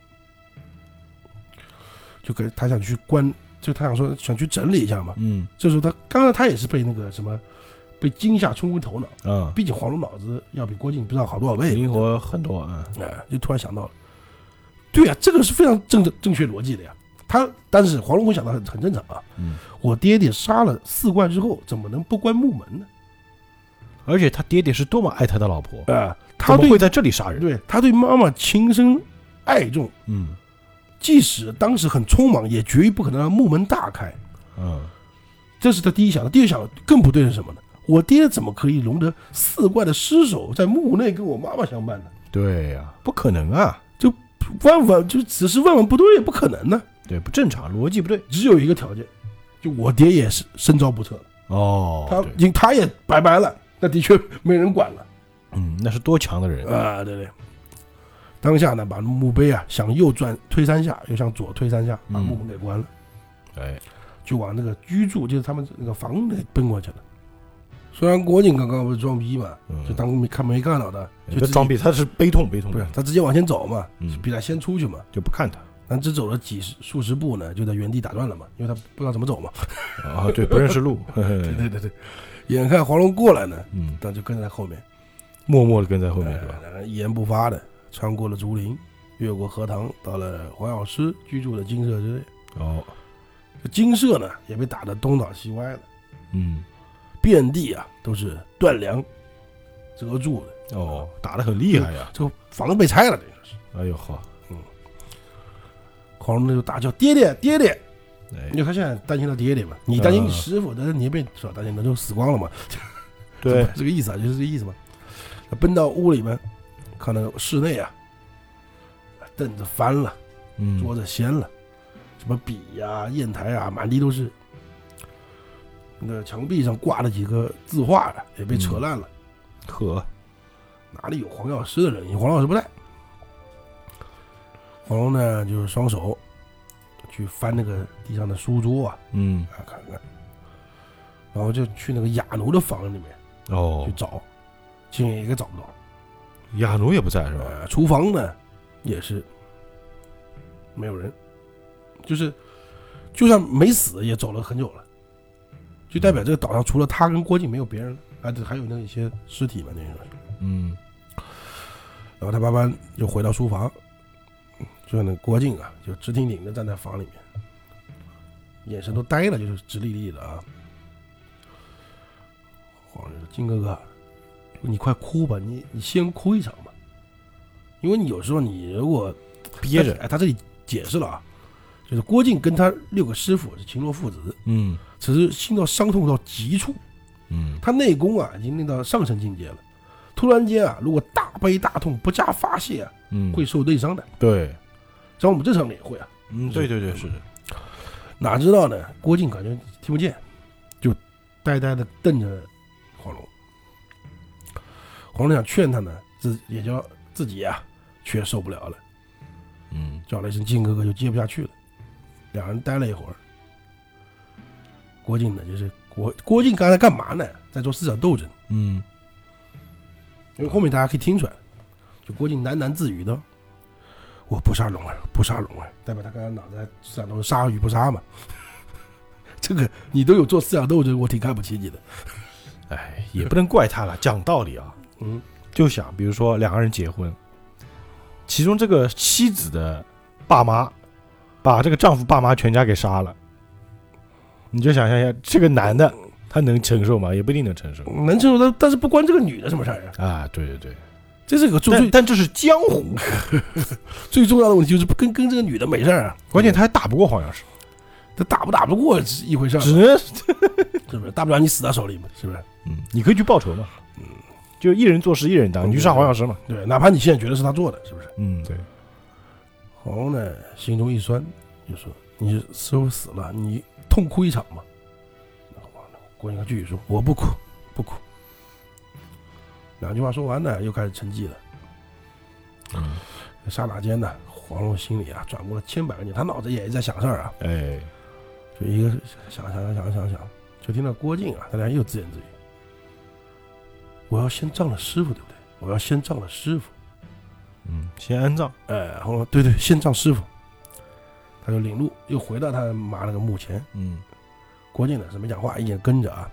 [SPEAKER 2] 就给他想去观，就他想说想去整理一下嘛。
[SPEAKER 1] 嗯
[SPEAKER 2] 这时候他刚才他也是被那个什么被惊吓冲昏头脑，
[SPEAKER 1] 啊，
[SPEAKER 2] 毕竟黄蓉脑子要比郭靖不知道好多少倍，
[SPEAKER 1] 灵活很多啊。
[SPEAKER 2] 哎、就突然想到了，对呀、这个是非常正正确逻辑的呀。他但是黄蓉会想到很很正常啊，
[SPEAKER 1] 嗯，
[SPEAKER 2] 我爹爹杀了四冠之后，怎么能不关墓门呢？
[SPEAKER 1] 而且他爹爹是多么爱他的老婆，
[SPEAKER 2] 啊、
[SPEAKER 1] 怎
[SPEAKER 2] 他
[SPEAKER 1] 么
[SPEAKER 2] 对
[SPEAKER 1] 会在这里杀人？
[SPEAKER 2] 对他对妈妈情深爱重，
[SPEAKER 1] 嗯
[SPEAKER 2] 即使当时很匆忙，也绝对不可能让木门大开。
[SPEAKER 1] 嗯，
[SPEAKER 2] 这是他第一想的，第二想更不对是什么呢？我爹怎么可以容得四怪的尸首在墓内跟我妈妈相伴呢？
[SPEAKER 1] 对呀、不可能啊，
[SPEAKER 2] 万万就此时万万不对，也不可能呢。
[SPEAKER 1] 对，不正常，逻辑不对。
[SPEAKER 2] 只有一个条件，就我爹也是身遭不测，
[SPEAKER 1] 哦，
[SPEAKER 2] 他
[SPEAKER 1] 对，
[SPEAKER 2] 已他也拜拜了，那的确没人管了
[SPEAKER 1] 嗯，那是多强的人，
[SPEAKER 2] 啊、对对。当下呢，把墓碑啊向右转推三下，又向左推三下，把
[SPEAKER 1] 嗯
[SPEAKER 2] 墓门给关了。
[SPEAKER 1] 哎，
[SPEAKER 2] 就往那个居住，就是他们那个房里奔过去了。虽然郭靖刚刚不是装逼嘛，
[SPEAKER 1] 嗯
[SPEAKER 2] 就当没看没看到的，
[SPEAKER 1] 他
[SPEAKER 2] 就直
[SPEAKER 1] 嗯
[SPEAKER 2] 接
[SPEAKER 1] 装逼，他是悲痛悲痛，
[SPEAKER 2] 不是他直接往前走嘛，
[SPEAKER 1] 嗯
[SPEAKER 2] 比他先出去嘛。
[SPEAKER 1] 就不看他。
[SPEAKER 2] 但只走了几十数十步呢，就在原地打转了嘛，因为他不知道怎么走嘛。
[SPEAKER 1] 啊，对，不认识路，嘿嘿
[SPEAKER 2] 对对对，眼看黄蓉过来呢，
[SPEAKER 1] 嗯，
[SPEAKER 2] 他就跟在他后面，
[SPEAKER 1] 默默的跟在后面，对吧？
[SPEAKER 2] 呃一言不发的穿过了竹林，越过荷塘，到了黄药师居住的金舍之内。
[SPEAKER 1] 哦，
[SPEAKER 2] 这金舍呢也被打得东倒西歪了，
[SPEAKER 1] 嗯，
[SPEAKER 2] 遍地啊都是断梁遮住的。
[SPEAKER 1] 哦，打得很厉害呀，
[SPEAKER 2] 这个房子被拆了，等于说是。
[SPEAKER 1] 哎呦呵，
[SPEAKER 2] 黄蓉就大叫：“爹爹，爹爹
[SPEAKER 1] 哎！”
[SPEAKER 2] 因，为他现在担心他爹爹嘛，你担心你师傅，但是你也别少担心，他都死光了嘛。
[SPEAKER 1] 对，
[SPEAKER 2] 这个意思啊，就是这个意思嘛。他奔到屋里面，看到室内啊，凳子翻了，
[SPEAKER 1] 嗯，
[SPEAKER 2] 桌子掀了，什么笔呀、砚台啊，满地都是。那个墙壁上挂了几个字画啊，也被扯烂了。
[SPEAKER 1] 呵，嗯
[SPEAKER 2] 哪里有黄药师的人？黄药师不在。黄蓉呢，就是双手去翻那个地上的书桌啊，
[SPEAKER 1] 嗯，
[SPEAKER 2] 啊看看，然后就去那个雅奴的房里面
[SPEAKER 1] 哦
[SPEAKER 2] 去，找，竟然一个找不到。
[SPEAKER 1] 雅奴也不在是吧？
[SPEAKER 2] 呃，厨房呢也是没有人，就是就算没死也走了很久了，就代表这个岛上除了他跟郭靖没有别人了，啊，对，还有那一些尸体嘛，那个。
[SPEAKER 1] 嗯，
[SPEAKER 2] 然后他慢慢就回到书房，就那郭靖啊，就直挺挺的站在房里面，眼神都呆了，就是直立立的啊。皇上说：“靖哥哥，你快哭吧，你你先哭一场吧，因为你有时候你如果
[SPEAKER 1] 憋 着，
[SPEAKER 2] 哎，他这里解释了啊，就是郭靖跟他六个师傅是秦洛父子，
[SPEAKER 1] 嗯
[SPEAKER 2] 此时心到伤痛到极处，
[SPEAKER 1] 嗯，
[SPEAKER 2] 他内功啊已经练到上乘境界了，突然间啊，如果大悲大痛不加发泄、啊，
[SPEAKER 1] 嗯，
[SPEAKER 2] 会受内伤的。
[SPEAKER 1] 对，
[SPEAKER 2] 像我们正常人也会啊，
[SPEAKER 1] 嗯，
[SPEAKER 2] 对
[SPEAKER 1] 对对对，是的，
[SPEAKER 2] 哪知道呢？郭靖感觉听不见，就呆呆的瞪着黄蓉。黄蓉想劝他呢，自也叫自己啊，却受不了了，
[SPEAKER 1] 嗯
[SPEAKER 2] 叫了一声靖哥哥就接不下去了。两人待了一会儿，郭靖呢就是郭郭靖刚才干嘛呢？在做思想斗争，
[SPEAKER 1] 嗯
[SPEAKER 2] 因为后面大家可以听出来，就郭靖喃喃自语的：“我不杀龙儿，不杀龙儿。”代表他刚刚脑袋思想斗争杀与不杀嘛。 这个你都有做思想斗争，我挺看不起你的。
[SPEAKER 1] 哎，也不能怪他了，讲道理啊，
[SPEAKER 2] 嗯，
[SPEAKER 1] 就想比如说两个人结婚，其中这个妻子的爸妈把这个丈夫爸妈全家给杀了，你就想象一下，这个男的他能承受吗？也不一定能承受
[SPEAKER 2] 能承受的，但是不关这个女的什么事儿啊。
[SPEAKER 1] 啊，对对对，
[SPEAKER 2] 这是个最
[SPEAKER 1] 但
[SPEAKER 2] 最
[SPEAKER 1] 但这是江湖，
[SPEAKER 2] 最重要的问题，就是跟跟这个女的没事儿啊。
[SPEAKER 1] 关键他还打不过，好像是，
[SPEAKER 2] 他打不打不过是一回事儿嘛，
[SPEAKER 1] 只能
[SPEAKER 2] 是不是？大不了你死他手里嘛，是不是？
[SPEAKER 1] 嗯，你可以去报仇嘛，就一人做事一人当，你去杀黄药师嘛，
[SPEAKER 2] 对，哪怕你现在觉得是他做的，是不是？
[SPEAKER 1] 嗯，对，
[SPEAKER 2] 黄蓉呢，心中一酸，就说：“你师傅死了，你痛哭一场嘛。”然后郭靖继续说：“我不哭，不哭。”两句话说完呢，又开始沉寂了。
[SPEAKER 1] 嗯，
[SPEAKER 2] 刹那间呢，黄蓉心里啊转过了千百个念，她脑子也在想事儿啊，
[SPEAKER 1] 哎，
[SPEAKER 2] 就一个想想想想想想，就听到郭靖啊，他俩又自言自语：“我要先葬了师傅，对不对？我要先葬了师傅。
[SPEAKER 1] 嗯，先安葬，”
[SPEAKER 2] 哎，后来对对，先葬师傅。他就领路，又回到他妈那个墓前。
[SPEAKER 1] 嗯
[SPEAKER 2] 郭靖呢是没讲话，一眼跟着啊。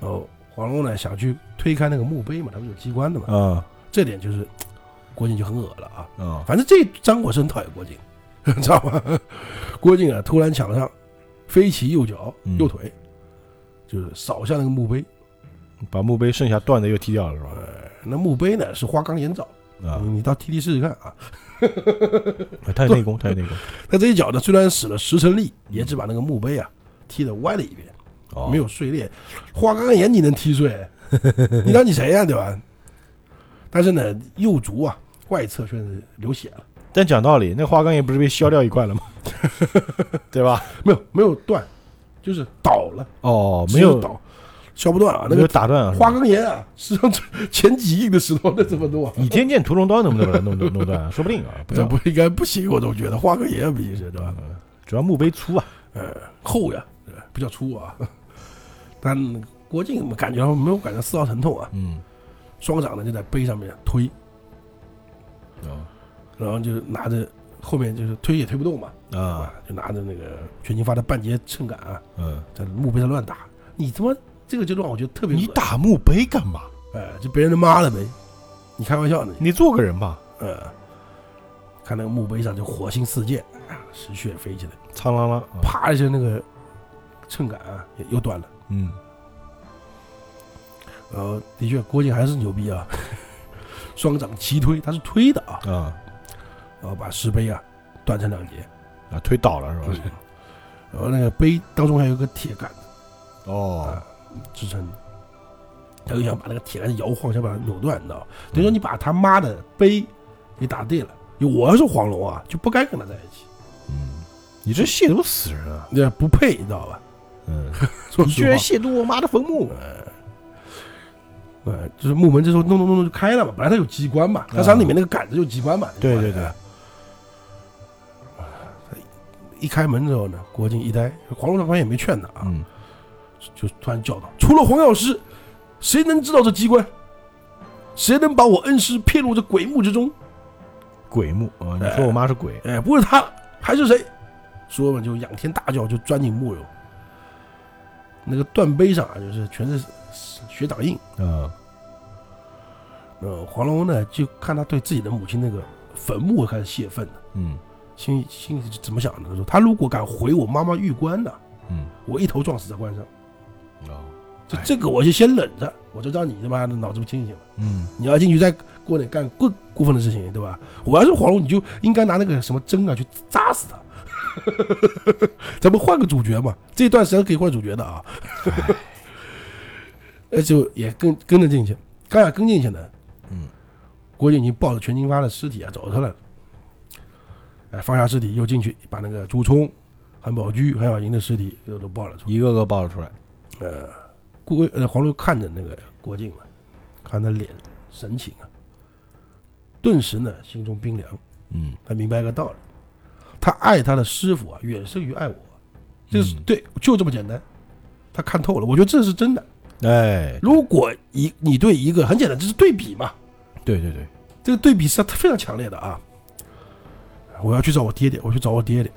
[SPEAKER 2] 然后黄蓉呢想去推开那个墓碑嘛，他不是有机关的嘛，
[SPEAKER 1] 啊
[SPEAKER 2] 这点就是 郭靖就很恶了啊。
[SPEAKER 1] 啊，
[SPEAKER 2] 反正这张果生讨厌郭靖， 你知道吗？ 郭靖啊，突然抢了上，飞起右脚、
[SPEAKER 1] 嗯
[SPEAKER 2] 右腿，就是扫向那个墓碑。
[SPEAKER 1] 把墓碑剩下断的又踢掉了是吧？
[SPEAKER 2] 那墓碑呢是花岗岩藻，
[SPEAKER 1] 啊，
[SPEAKER 2] 你到 TT 试试看啊。
[SPEAKER 1] 他有内功，他有内功，
[SPEAKER 2] 他这一脚呢，虽然使了十成力，也只把那个墓碑啊踢得歪了一边，
[SPEAKER 1] 哦
[SPEAKER 2] 没有碎裂。花岗岩你能踢碎？ 你当你谁呀、对吧？但是呢，右足啊外侧却是流血了，
[SPEAKER 1] 但讲道理，那花岗岩不是被削掉一块了吗？ 对吧？
[SPEAKER 2] 没有没有断，就是倒了，
[SPEAKER 1] 哦，
[SPEAKER 2] 只
[SPEAKER 1] 没有
[SPEAKER 2] 倒，削不断啊。那
[SPEAKER 1] 没有
[SPEAKER 2] 个
[SPEAKER 1] 打断啊。是吧
[SPEAKER 2] 花岗岩啊，史上最前几硬的石头那这么多啊、
[SPEAKER 1] 倚天剑屠龙刀能不能把它弄弄弄断啊？说不定 啊，不知
[SPEAKER 2] 这
[SPEAKER 1] 道。
[SPEAKER 2] 不应该不行，我总觉得花岗岩比是对吧？
[SPEAKER 1] 嗯主要墓碑粗啊，
[SPEAKER 2] 厚呀，对吧比较粗啊。 但郭靖感觉没有感觉丝毫疼痛啊，
[SPEAKER 1] 嗯，
[SPEAKER 2] 双掌呢就在碑上面推，
[SPEAKER 1] 啊
[SPEAKER 2] 然后就拿着后面就是推也推不动嘛，啊
[SPEAKER 1] 啊，，
[SPEAKER 2] 就拿着那个全金发的半截秤杆啊，
[SPEAKER 1] 嗯，
[SPEAKER 2] 在墓碑上乱打。你他妈这个就让我觉得特别恶
[SPEAKER 1] 你
[SPEAKER 2] 心，
[SPEAKER 1] 打墓碑干嘛？
[SPEAKER 2] 哎，就别人的妈了呗，你开玩笑呢？
[SPEAKER 1] 你做个人吧，
[SPEAKER 2] 呃，看那个墓碑上就火星四溅，啊，石屑飞起来，
[SPEAKER 1] 苍啷啷，啊
[SPEAKER 2] 啪一下那个秤杆啊也又断了。
[SPEAKER 1] 嗯，
[SPEAKER 2] 然后的确，郭靖还是牛逼啊， 双掌齐推，他是推的啊，
[SPEAKER 1] 啊
[SPEAKER 2] 然后把石碑啊断成两截。
[SPEAKER 1] 啊，推倒了是吧？
[SPEAKER 2] 然后那个碑当中还有一个铁杆
[SPEAKER 1] 哦，
[SPEAKER 2] 支撑的，他就想把那个铁杆摇晃，想把它扭断，你知道吧？等于说你把他妈的碑给打对了。我要是黄蓉啊，就不该跟他在一起，
[SPEAKER 1] 嗯，你这亵渎死人啊！
[SPEAKER 2] 也不配，你知道吧？
[SPEAKER 1] 嗯，
[SPEAKER 2] 说
[SPEAKER 1] 你
[SPEAKER 2] 实
[SPEAKER 1] 居然
[SPEAKER 2] 话
[SPEAKER 1] 亵渎我妈的坟墓！
[SPEAKER 2] 呃，就是木门这时候弄弄弄弄就开了嘛，本来它有机关嘛，它山里面那个杆子有机关嘛。
[SPEAKER 1] 啊对
[SPEAKER 2] 你知
[SPEAKER 1] 对
[SPEAKER 2] 道
[SPEAKER 1] 对
[SPEAKER 2] 吧。哎一开门之后呢，郭靖一呆，黄蓉那边也没劝他啊，
[SPEAKER 1] 嗯，
[SPEAKER 2] 就突然叫道：“除了黄药师，谁能知道这机关？谁能把我恩师骗入这鬼墓之中？
[SPEAKER 1] 鬼墓啊！你说我妈是鬼，
[SPEAKER 2] 哎，不是他，还是谁？”说完就仰天大叫，就钻进墓里。那个断碑上啊，就是全是血掌印，
[SPEAKER 1] 嗯
[SPEAKER 2] 呃，黄蓉呢，就看他对自己的母亲那个坟墓开始泄愤了，
[SPEAKER 1] 嗯
[SPEAKER 2] 心心里是怎么想的？他说他如果敢回我妈妈玉棺呢，
[SPEAKER 1] 嗯，
[SPEAKER 2] 我一头撞死在棺上。
[SPEAKER 1] 哦，
[SPEAKER 2] 这
[SPEAKER 1] 哎
[SPEAKER 2] 这个我就先忍着，我就让你他妈的脑子不清醒了。
[SPEAKER 1] 嗯
[SPEAKER 2] 你要进去再过点干过过分的事情，对吧？我要是黄蓉，你就应该拿那个什么针啊去扎死他。 咱们换个主角嘛，这 哎段时间可以换主角的啊。呃，就也跟跟着进去，刚想跟进去呢，
[SPEAKER 1] 嗯，
[SPEAKER 2] 郭靖已经抱着全金发的尸体啊走出来了。哎，放下尸体又进去，把那个朱冲、韩宝驹、韩小银的尸体又都抱了出来。
[SPEAKER 1] 一个个爆了出来。
[SPEAKER 2] 呃，郭呃黄蓉看着那个郭靖啊，看他脸神情啊，顿时呢心中冰凉，
[SPEAKER 1] 嗯，
[SPEAKER 2] 他明白一个道理，他爱他的师傅啊远胜于爱我，这是、
[SPEAKER 1] 嗯
[SPEAKER 2] 对，就这么简单，他看透了，我觉得这是真的。
[SPEAKER 1] 哎，
[SPEAKER 2] 如果一你对一个很简单，这是对比嘛，
[SPEAKER 1] 对对对，
[SPEAKER 2] 这个对比是非常强烈的啊！我要去找我爹爹，我去找我爹爹。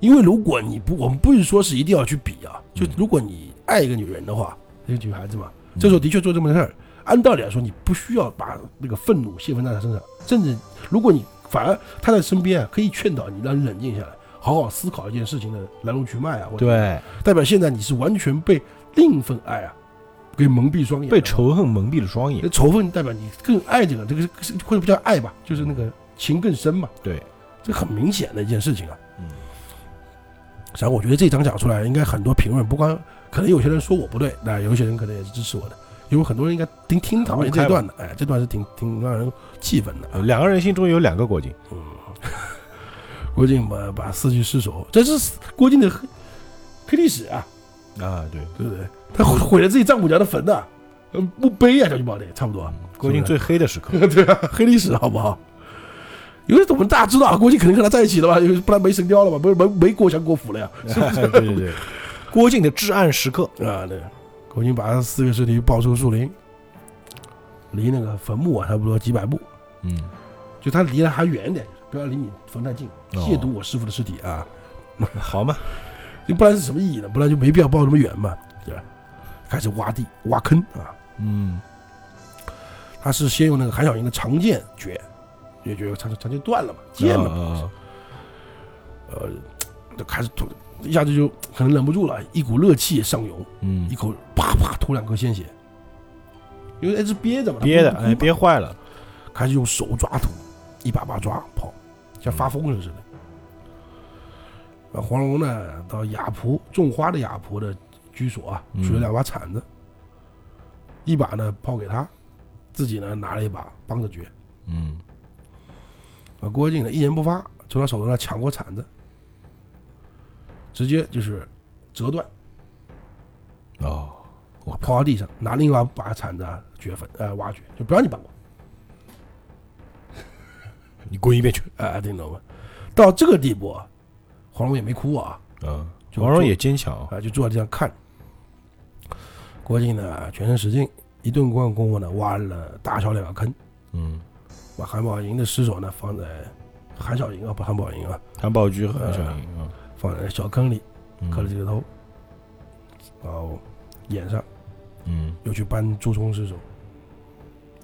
[SPEAKER 2] 因为如果你不，我们不是说是一定要去比啊，就
[SPEAKER 1] 嗯
[SPEAKER 2] 如果你爱一个女人的话，一个女孩子嘛，
[SPEAKER 1] 嗯
[SPEAKER 2] 这时候的确做这么个事儿，按道理来说，你不需要把那个愤怒泄愤在她身上，甚至如果你反而她在身边啊，可以劝导你，让你冷静下来，好好思考一件事情的来龙去脉啊。或者，
[SPEAKER 1] 对，
[SPEAKER 2] 代表现在你是完全被另一份爱啊给蒙蔽双眼的，
[SPEAKER 1] 被仇恨蒙蔽了双眼
[SPEAKER 2] 那。仇恨代表你更爱这个，这个是或者不叫爱吧，就是那个情更深嘛。
[SPEAKER 1] 对，
[SPEAKER 2] 这很明显的一件事情啊。
[SPEAKER 1] 嗯，
[SPEAKER 2] 然后我觉得这张讲出来，应该很多评论，不光可能有些人说我不对，那有些人可能也是支持我的，因为很多人应该挺挺讨厌这段的，哎，这段是挺挺让人气愤的啊。
[SPEAKER 1] 呃两个人心中有两个郭靖。
[SPEAKER 2] 郭靖把把四具尸首，这是郭靖的黑黑历史啊，
[SPEAKER 1] 啊，对，
[SPEAKER 2] 对不对？他毁毁了自己丈母娘的坟呐、呃墓碑啊，叫你宝的，差不多啊。
[SPEAKER 1] 郭靖最黑的时 刻。
[SPEAKER 2] 对啊，黑历史好不好？因为我们大家知道，郭靖肯定跟他在一起了吧？因为不然没神雕了吧？不是没没过降过府了呀？是不
[SPEAKER 1] 对对对，郭靖的至暗时刻。
[SPEAKER 2] 是？啊，对。郭靖把四个尸体抱出树林，离那个坟墓啊差不多几百步，
[SPEAKER 1] 嗯，
[SPEAKER 2] 就他离得还远一点，不要离你坟太近，
[SPEAKER 1] 哦
[SPEAKER 2] 亵渎我师傅的尸体啊！
[SPEAKER 1] 好嘛，
[SPEAKER 2] 就不然是什么意义呢？不然就没必要抱那么远嘛，对吧？开始挖地挖坑啊！
[SPEAKER 1] 嗯，
[SPEAKER 2] 他是先用那个韩小英的长剑决，也决长长剑断了嘛，剑嘛，
[SPEAKER 1] 啊
[SPEAKER 2] 呃，就开始吐，一下子就可能忍不住了，一股热气上涌，
[SPEAKER 1] 嗯
[SPEAKER 2] 一，口啪啪吐两颗鲜血，因为一直憋着嘛，
[SPEAKER 1] 憋的，
[SPEAKER 2] 他不
[SPEAKER 1] 哎，，憋坏了。
[SPEAKER 2] 开始用手抓土，一把把抓跑，像发疯了似的。啊，黄蓉呢，到雅婆种花的雅婆的居所啊，
[SPEAKER 1] 嗯
[SPEAKER 2] 取了两把铲子，一把呢抛给他，自己呢拿了一把帮着掘。
[SPEAKER 1] 嗯，
[SPEAKER 2] 啊，郭靖呢一言不发，从他手头上抢过铲子，直接就是折断，
[SPEAKER 1] 哦，我
[SPEAKER 2] 抛到地上，拿另外一把铲子啊掘坟，呃，挖掘，就不让你帮我，
[SPEAKER 1] 你滚一边去。
[SPEAKER 2] 哎、听懂吗？到这个地步，啊，黄蓉也没哭啊，
[SPEAKER 1] 嗯，
[SPEAKER 2] 就
[SPEAKER 1] 王蓉也坚强
[SPEAKER 2] 啊，就坐在地上看。郭靖呢全身使劲，一顿光功夫呢挖了大小两个坑，
[SPEAKER 1] 嗯，
[SPEAKER 2] 把韩宝银的尸首呢放在韩小银啊，不韩宝银啊，
[SPEAKER 1] 韩宝驹和韩小莹啊，
[SPEAKER 2] 放在小坑里
[SPEAKER 1] 嗯
[SPEAKER 2] 磕了几个头，然后掩上。
[SPEAKER 1] 嗯，
[SPEAKER 2] 又去搬朱冲尸首，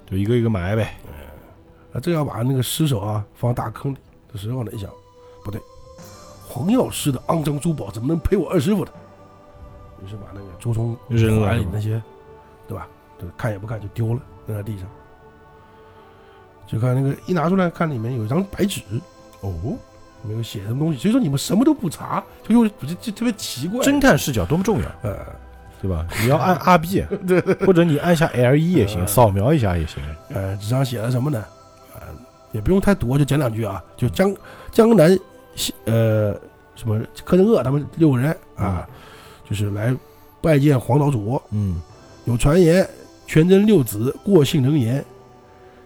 [SPEAKER 1] 就一个一个埋呗。
[SPEAKER 2] 啊，正要把那个尸首啊放大坑里的时候呢，一想，不对，黄药师的肮脏珠宝怎么能赔我二师傅的？于是把那个朱冲
[SPEAKER 1] 扔了
[SPEAKER 2] 怀
[SPEAKER 1] 是
[SPEAKER 2] 里
[SPEAKER 1] 吧
[SPEAKER 2] 那些，对吧？这个看也不看就丢了，扔在地上。就看那个一拿出来看，里面有一张白纸，
[SPEAKER 1] 哦，
[SPEAKER 2] 没有写什么东西。所以说你们什么都不查，就又就就特别奇怪。
[SPEAKER 1] 侦探视角多么重要，
[SPEAKER 2] 呃，
[SPEAKER 1] 对吧？你要按 R B，或啊者你按下 L 一也行，
[SPEAKER 2] 嗯
[SPEAKER 1] 扫描一下也行。
[SPEAKER 2] 呃，纸上写了什么呢？呃，也不用太读啊，就讲两句啊。就江江南，西呃，什么柯镇恶他们六个人啊，就是来拜见黄岛主。
[SPEAKER 1] 嗯，
[SPEAKER 2] 有传言，全真六子过姓人言，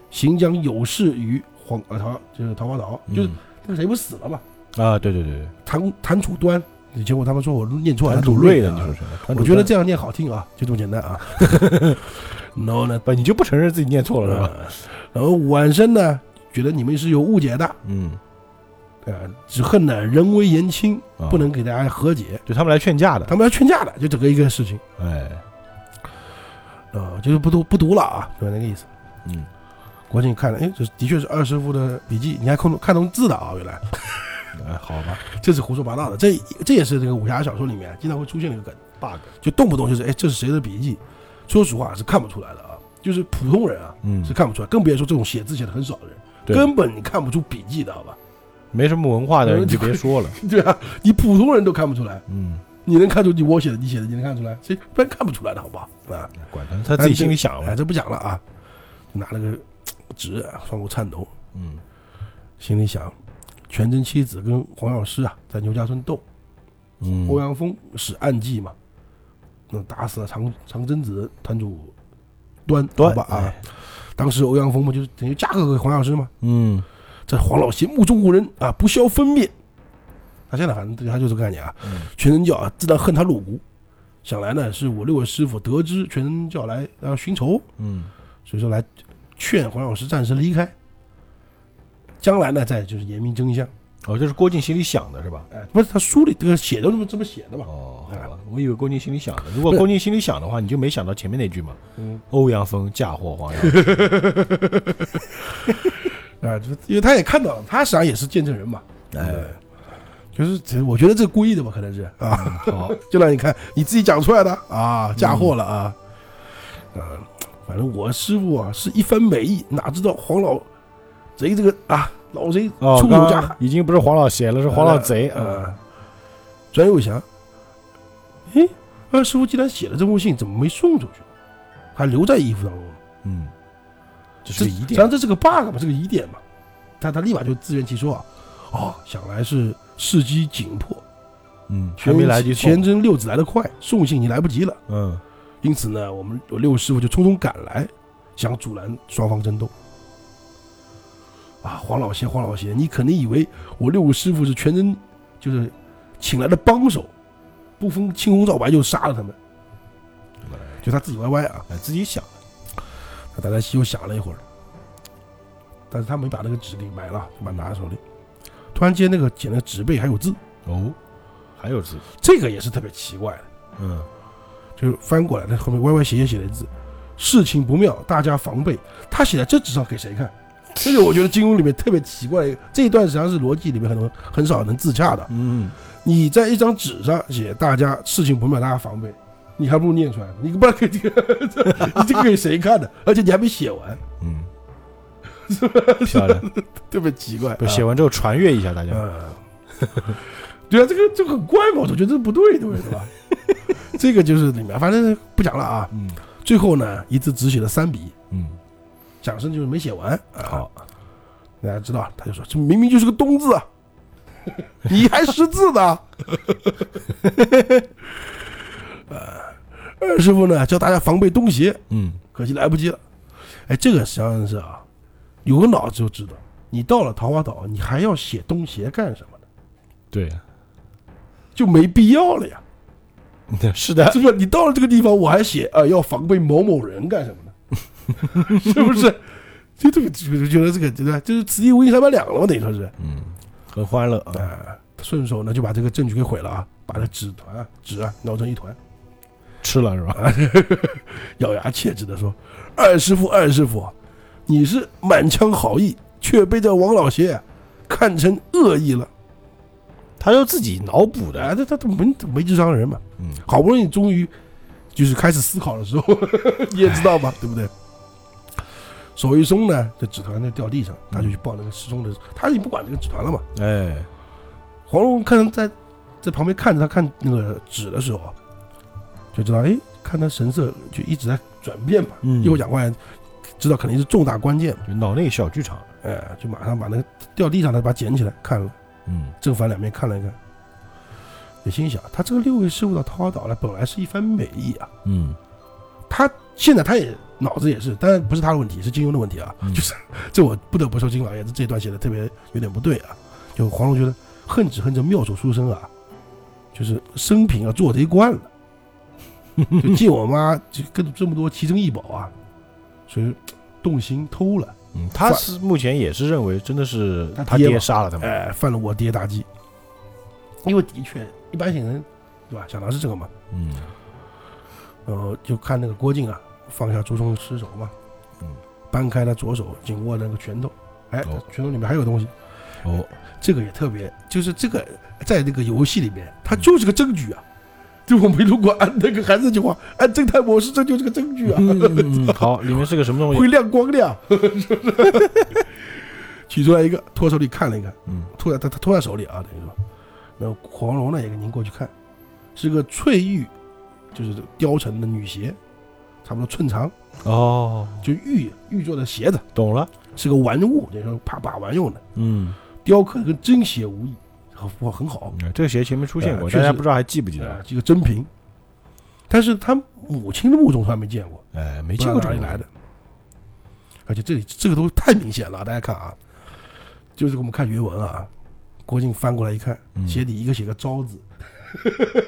[SPEAKER 2] 行将有事于黄呃桃，就是桃花岛，就是
[SPEAKER 1] 嗯
[SPEAKER 2] 那个谁不死了嘛？
[SPEAKER 1] 啊，对对对对，
[SPEAKER 2] 谭谭楚端，结果他们说我念错了，
[SPEAKER 1] 谭楚
[SPEAKER 2] 瑞
[SPEAKER 1] 瑞的，
[SPEAKER 2] 啊
[SPEAKER 1] 你说什么？
[SPEAKER 2] 我觉得这样念好听啊，就这么简单 啊。然后呢，
[SPEAKER 1] 不，你就不承认自己念错了是吧？
[SPEAKER 2] 呃然后晚生呢，觉得你们是有误解的，
[SPEAKER 1] 嗯，
[SPEAKER 2] 呃，只恨呢人微言轻，
[SPEAKER 1] 啊
[SPEAKER 2] 嗯不能给大家和解，
[SPEAKER 1] 就他们来劝架的。
[SPEAKER 2] 他们要劝架的，就整个一个事情
[SPEAKER 1] 哎，
[SPEAKER 2] 啊、就是不读不读了啊，就那个意思。
[SPEAKER 1] 嗯，
[SPEAKER 2] 国庆看了，哎，这的确是二师傅的笔记，你还看懂看懂字的啊，原来
[SPEAKER 1] 哎，好吧
[SPEAKER 2] 这是胡说八道的，这这也是这个武侠小说里面经常会出现的一个梗，
[SPEAKER 1] ，bug。
[SPEAKER 2] 就动不动就是哎这是谁的笔记，说实话是看不出来的啊，就是普通人啊
[SPEAKER 1] 嗯
[SPEAKER 2] 是，看不出来，更别说这种写字写的很少的人，
[SPEAKER 1] 对
[SPEAKER 2] 根本你看不出笔记的好吧？
[SPEAKER 1] 没什么文化的人你就别说了。
[SPEAKER 2] 对啊，你普通人都看不出来。
[SPEAKER 1] 嗯，
[SPEAKER 2] 你能看出你我写的你写的你能看出来？谁不然看不出来的好不好？啊，
[SPEAKER 1] 管他，他自己心里想
[SPEAKER 2] 哎，
[SPEAKER 1] 了。
[SPEAKER 2] 这不讲了啊，拿了个纸啊，双手颤抖，
[SPEAKER 1] 嗯
[SPEAKER 2] 心里想，全真妻子跟黄药师啊在牛家村斗，
[SPEAKER 1] 嗯
[SPEAKER 2] 欧阳锋使暗计嘛，那打死了长长贞子摊主端
[SPEAKER 1] 端哎
[SPEAKER 2] 吧啊，当时欧阳锋嘛就是等于嫁给黄药师嘛，
[SPEAKER 1] 嗯
[SPEAKER 2] 这黄老邪目中无人啊，不消分辨。他现在反正对他就是这个概念啊，
[SPEAKER 1] 嗯
[SPEAKER 2] 全真教啊自然恨他入骨。想来呢，是我六个师傅得知全真教来要寻仇，
[SPEAKER 1] 嗯
[SPEAKER 2] 所以说来劝黄药师暂时离开。将来呢，再就是严明真相。
[SPEAKER 1] 哦，这是郭靖心里想的是吧？
[SPEAKER 2] 哎，不是他书里这个写的这么这么写的嘛？
[SPEAKER 1] 哦，
[SPEAKER 2] 哎
[SPEAKER 1] 好吧，我以为郭靖心里想的。如果
[SPEAKER 2] 不是
[SPEAKER 1] 郭靖心里想的话，你就没想到前面那句嘛。
[SPEAKER 2] 嗯，
[SPEAKER 1] 欧阳锋嫁祸 黄药，
[SPEAKER 2] 啊，就是因为他也看到了，他实际上也是见证人嘛。
[SPEAKER 1] 哎，
[SPEAKER 2] 就是这我觉得这故意的吧，可能是啊，
[SPEAKER 1] 好，
[SPEAKER 2] 就让你看你自己讲出来的啊，嫁祸了啊，啊，反正我师傅啊是一番美意，哪知道黄老贼这个啊老贼
[SPEAKER 1] 哦，
[SPEAKER 2] 出手
[SPEAKER 1] 刚
[SPEAKER 2] 加
[SPEAKER 1] 刚已经不是黄老邪了，是黄老贼啊。
[SPEAKER 2] 啊，转又想，诶，二师傅既然写了这封信，怎么没送出去，还留在衣服当中？
[SPEAKER 1] 嗯，这是
[SPEAKER 2] 哎这
[SPEAKER 1] 个
[SPEAKER 2] 实
[SPEAKER 1] 疑
[SPEAKER 2] 际
[SPEAKER 1] 点
[SPEAKER 2] 上。这是个 bug 嘛，是个疑点嘛。他他立马就自圆其说啊，哦，想来是事机紧迫，
[SPEAKER 1] 嗯，还没来得及送
[SPEAKER 2] 前真六子来得快，送信已经来不及了。
[SPEAKER 1] 嗯
[SPEAKER 2] 因此呢，我们我六师傅就匆匆赶来，想阻拦双方争斗。啊，黄老邪，黄老邪，你肯定以为我六师傅是全真，就是请来的帮手，不分青红皂白就杀了他们，就他自己歪歪啊。
[SPEAKER 1] 哎，自己想的。
[SPEAKER 2] 他大家又想了一会儿，但是他没把那个纸给埋了，就把它拿在手里。突然间，那个捡的纸背还有字，
[SPEAKER 1] 哦，还有字。
[SPEAKER 2] 这个也是特别奇怪的，
[SPEAKER 1] 嗯，
[SPEAKER 2] 就是翻过来，那后面歪歪斜斜写的字，事情不妙，大家防备。他写在这纸上给谁看？这就我觉得金庸里面特别奇怪的一个，这一段实际上是逻辑里面很多很少能自洽的。
[SPEAKER 1] 嗯，
[SPEAKER 2] 你在一张纸上写大家事情不妙，大家防备，你还不如念出来呢，你不然给这个， 你这个给谁看的？而且你还没写完，
[SPEAKER 1] 嗯，漂亮。
[SPEAKER 2] 特别奇怪。
[SPEAKER 1] 不是写完之后传阅一下大家。
[SPEAKER 2] 嗯， 对啊，这个这个很怪嘛，我总觉得这不对，对不对？ 对吧？这个就是里面，反正不讲了啊。
[SPEAKER 1] 嗯
[SPEAKER 2] 最后呢，一字只写了三笔，
[SPEAKER 1] 嗯，
[SPEAKER 2] 蒋生就是没写完。啊
[SPEAKER 1] 好，
[SPEAKER 2] 大家知道，他就说这明明就是个“东”字啊， 你还识字呢？ 呃，二师傅呢叫大家防备东邪，
[SPEAKER 1] 嗯
[SPEAKER 2] 可惜来不及了。哎，这个实际上是啊，有个脑子就知道，你到了桃花岛，你还要写东邪干什么呢？
[SPEAKER 1] 对，
[SPEAKER 2] 就没必要了呀。
[SPEAKER 1] 是 的，
[SPEAKER 2] 是不是？你到了这个地方，我还写啊、呃要防备某某人干什么呢？是不是？就这个，就觉得这个，对吧？就是此地无银三百两了嘛，等于说是啊、
[SPEAKER 1] 嗯，很欢乐啊。
[SPEAKER 2] 顺手呢就把这个证据给毁了啊，把这纸团啊、纸啊挠成一团，
[SPEAKER 1] 吃了是吧？
[SPEAKER 2] 咬牙切齿的说：“二师傅，二师傅，你是满腔好意，却被这王老邪看成恶意了。
[SPEAKER 1] 他就自己脑补
[SPEAKER 2] 哎，
[SPEAKER 1] 的。
[SPEAKER 2] 他他他没没智商的人嘛，
[SPEAKER 1] 嗯，
[SPEAKER 2] 好不容易终于就是开始思考的时候， 你也知道
[SPEAKER 1] 哎
[SPEAKER 2] 吧，对不对？手一松呢，这纸团就掉地上，他就
[SPEAKER 1] 嗯
[SPEAKER 2] 去抱那个失踪的，他已经不管这个纸团了嘛。
[SPEAKER 1] 哎，
[SPEAKER 2] 黄蓉看他在在旁边看着他看那个纸的时候啊，就知道哎，看他神色就一直在转变嘛。
[SPEAKER 1] 嗯
[SPEAKER 2] 一会儿讲过来，知道肯定是重大关键嘛，
[SPEAKER 1] 就脑内小剧场。
[SPEAKER 2] 哎，就马上把那个掉地上的把它捡起来看了，
[SPEAKER 1] 嗯
[SPEAKER 2] 正反两面看了一看，也心想他这个六位师傅到桃花岛来本来是一番美意啊。
[SPEAKER 1] 嗯
[SPEAKER 2] 他现在他也脑子也是，当然不是他的问题，是金庸的问题啊。
[SPEAKER 1] 嗯
[SPEAKER 2] 就是这我不得不说，金老爷子这段写的特别有点不对啊。就黄蓉觉得恨只恨这妙手书生啊，就是生平啊做贼惯了， 就借我妈就跟这么多奇珍异宝啊，所以动心偷了，
[SPEAKER 1] 嗯，他是目前也是认为真的是
[SPEAKER 2] 他
[SPEAKER 1] 他
[SPEAKER 2] 爹
[SPEAKER 1] 爹
[SPEAKER 2] 嘛
[SPEAKER 1] 杀了他们。
[SPEAKER 2] 哎，犯了我爹大忌。因为的确，一般性人对吧？想到是这个嘛，
[SPEAKER 1] 嗯
[SPEAKER 2] 呃，就看那个郭靖啊，放下朱冲的尸首嘛，
[SPEAKER 1] 嗯，
[SPEAKER 2] 搬开他左手紧握的那个拳头，哎，
[SPEAKER 1] 哦
[SPEAKER 2] 拳头里面还有东西，
[SPEAKER 1] 哦，
[SPEAKER 2] 这个也特别，就是这个在那个游戏里面，它就是个证据啊。
[SPEAKER 1] 嗯
[SPEAKER 2] 就我们如果按那个还是那句话，按侦探模式，这就是个证据啊，
[SPEAKER 1] 嗯 好，里面是个什么东
[SPEAKER 2] 会
[SPEAKER 1] 西？
[SPEAKER 2] 亮光的 呀。 取出来一个，托手里看了一看，
[SPEAKER 1] 嗯
[SPEAKER 2] 托在他他托在手里啊，等于说，那黄蓉呢也给您过去看，是个翠玉，就是雕成的女鞋，差不多寸长，
[SPEAKER 1] 哦，
[SPEAKER 2] 就玉玉做的鞋子，
[SPEAKER 1] 懂了，
[SPEAKER 2] 是个玩物，那时候怕把玩用的，
[SPEAKER 1] 嗯，
[SPEAKER 2] 雕刻的跟真鞋无异，很符合很好，
[SPEAKER 1] 嗯这个鞋前面出现过，
[SPEAKER 2] 哎确
[SPEAKER 1] 大
[SPEAKER 2] 实
[SPEAKER 1] 家不知道还记不记
[SPEAKER 2] 啊
[SPEAKER 1] 得？，
[SPEAKER 2] 这个真品。但是他母亲的墓从来没见过，
[SPEAKER 1] 哎，没
[SPEAKER 2] 没
[SPEAKER 1] 见过这个
[SPEAKER 2] 哪里
[SPEAKER 1] 东西
[SPEAKER 2] 来的，而且这里这个东西太明显了，大家看啊，就是我们看原文啊，郭靖翻过来一看，
[SPEAKER 1] 嗯
[SPEAKER 2] 鞋底一个写个“招”字，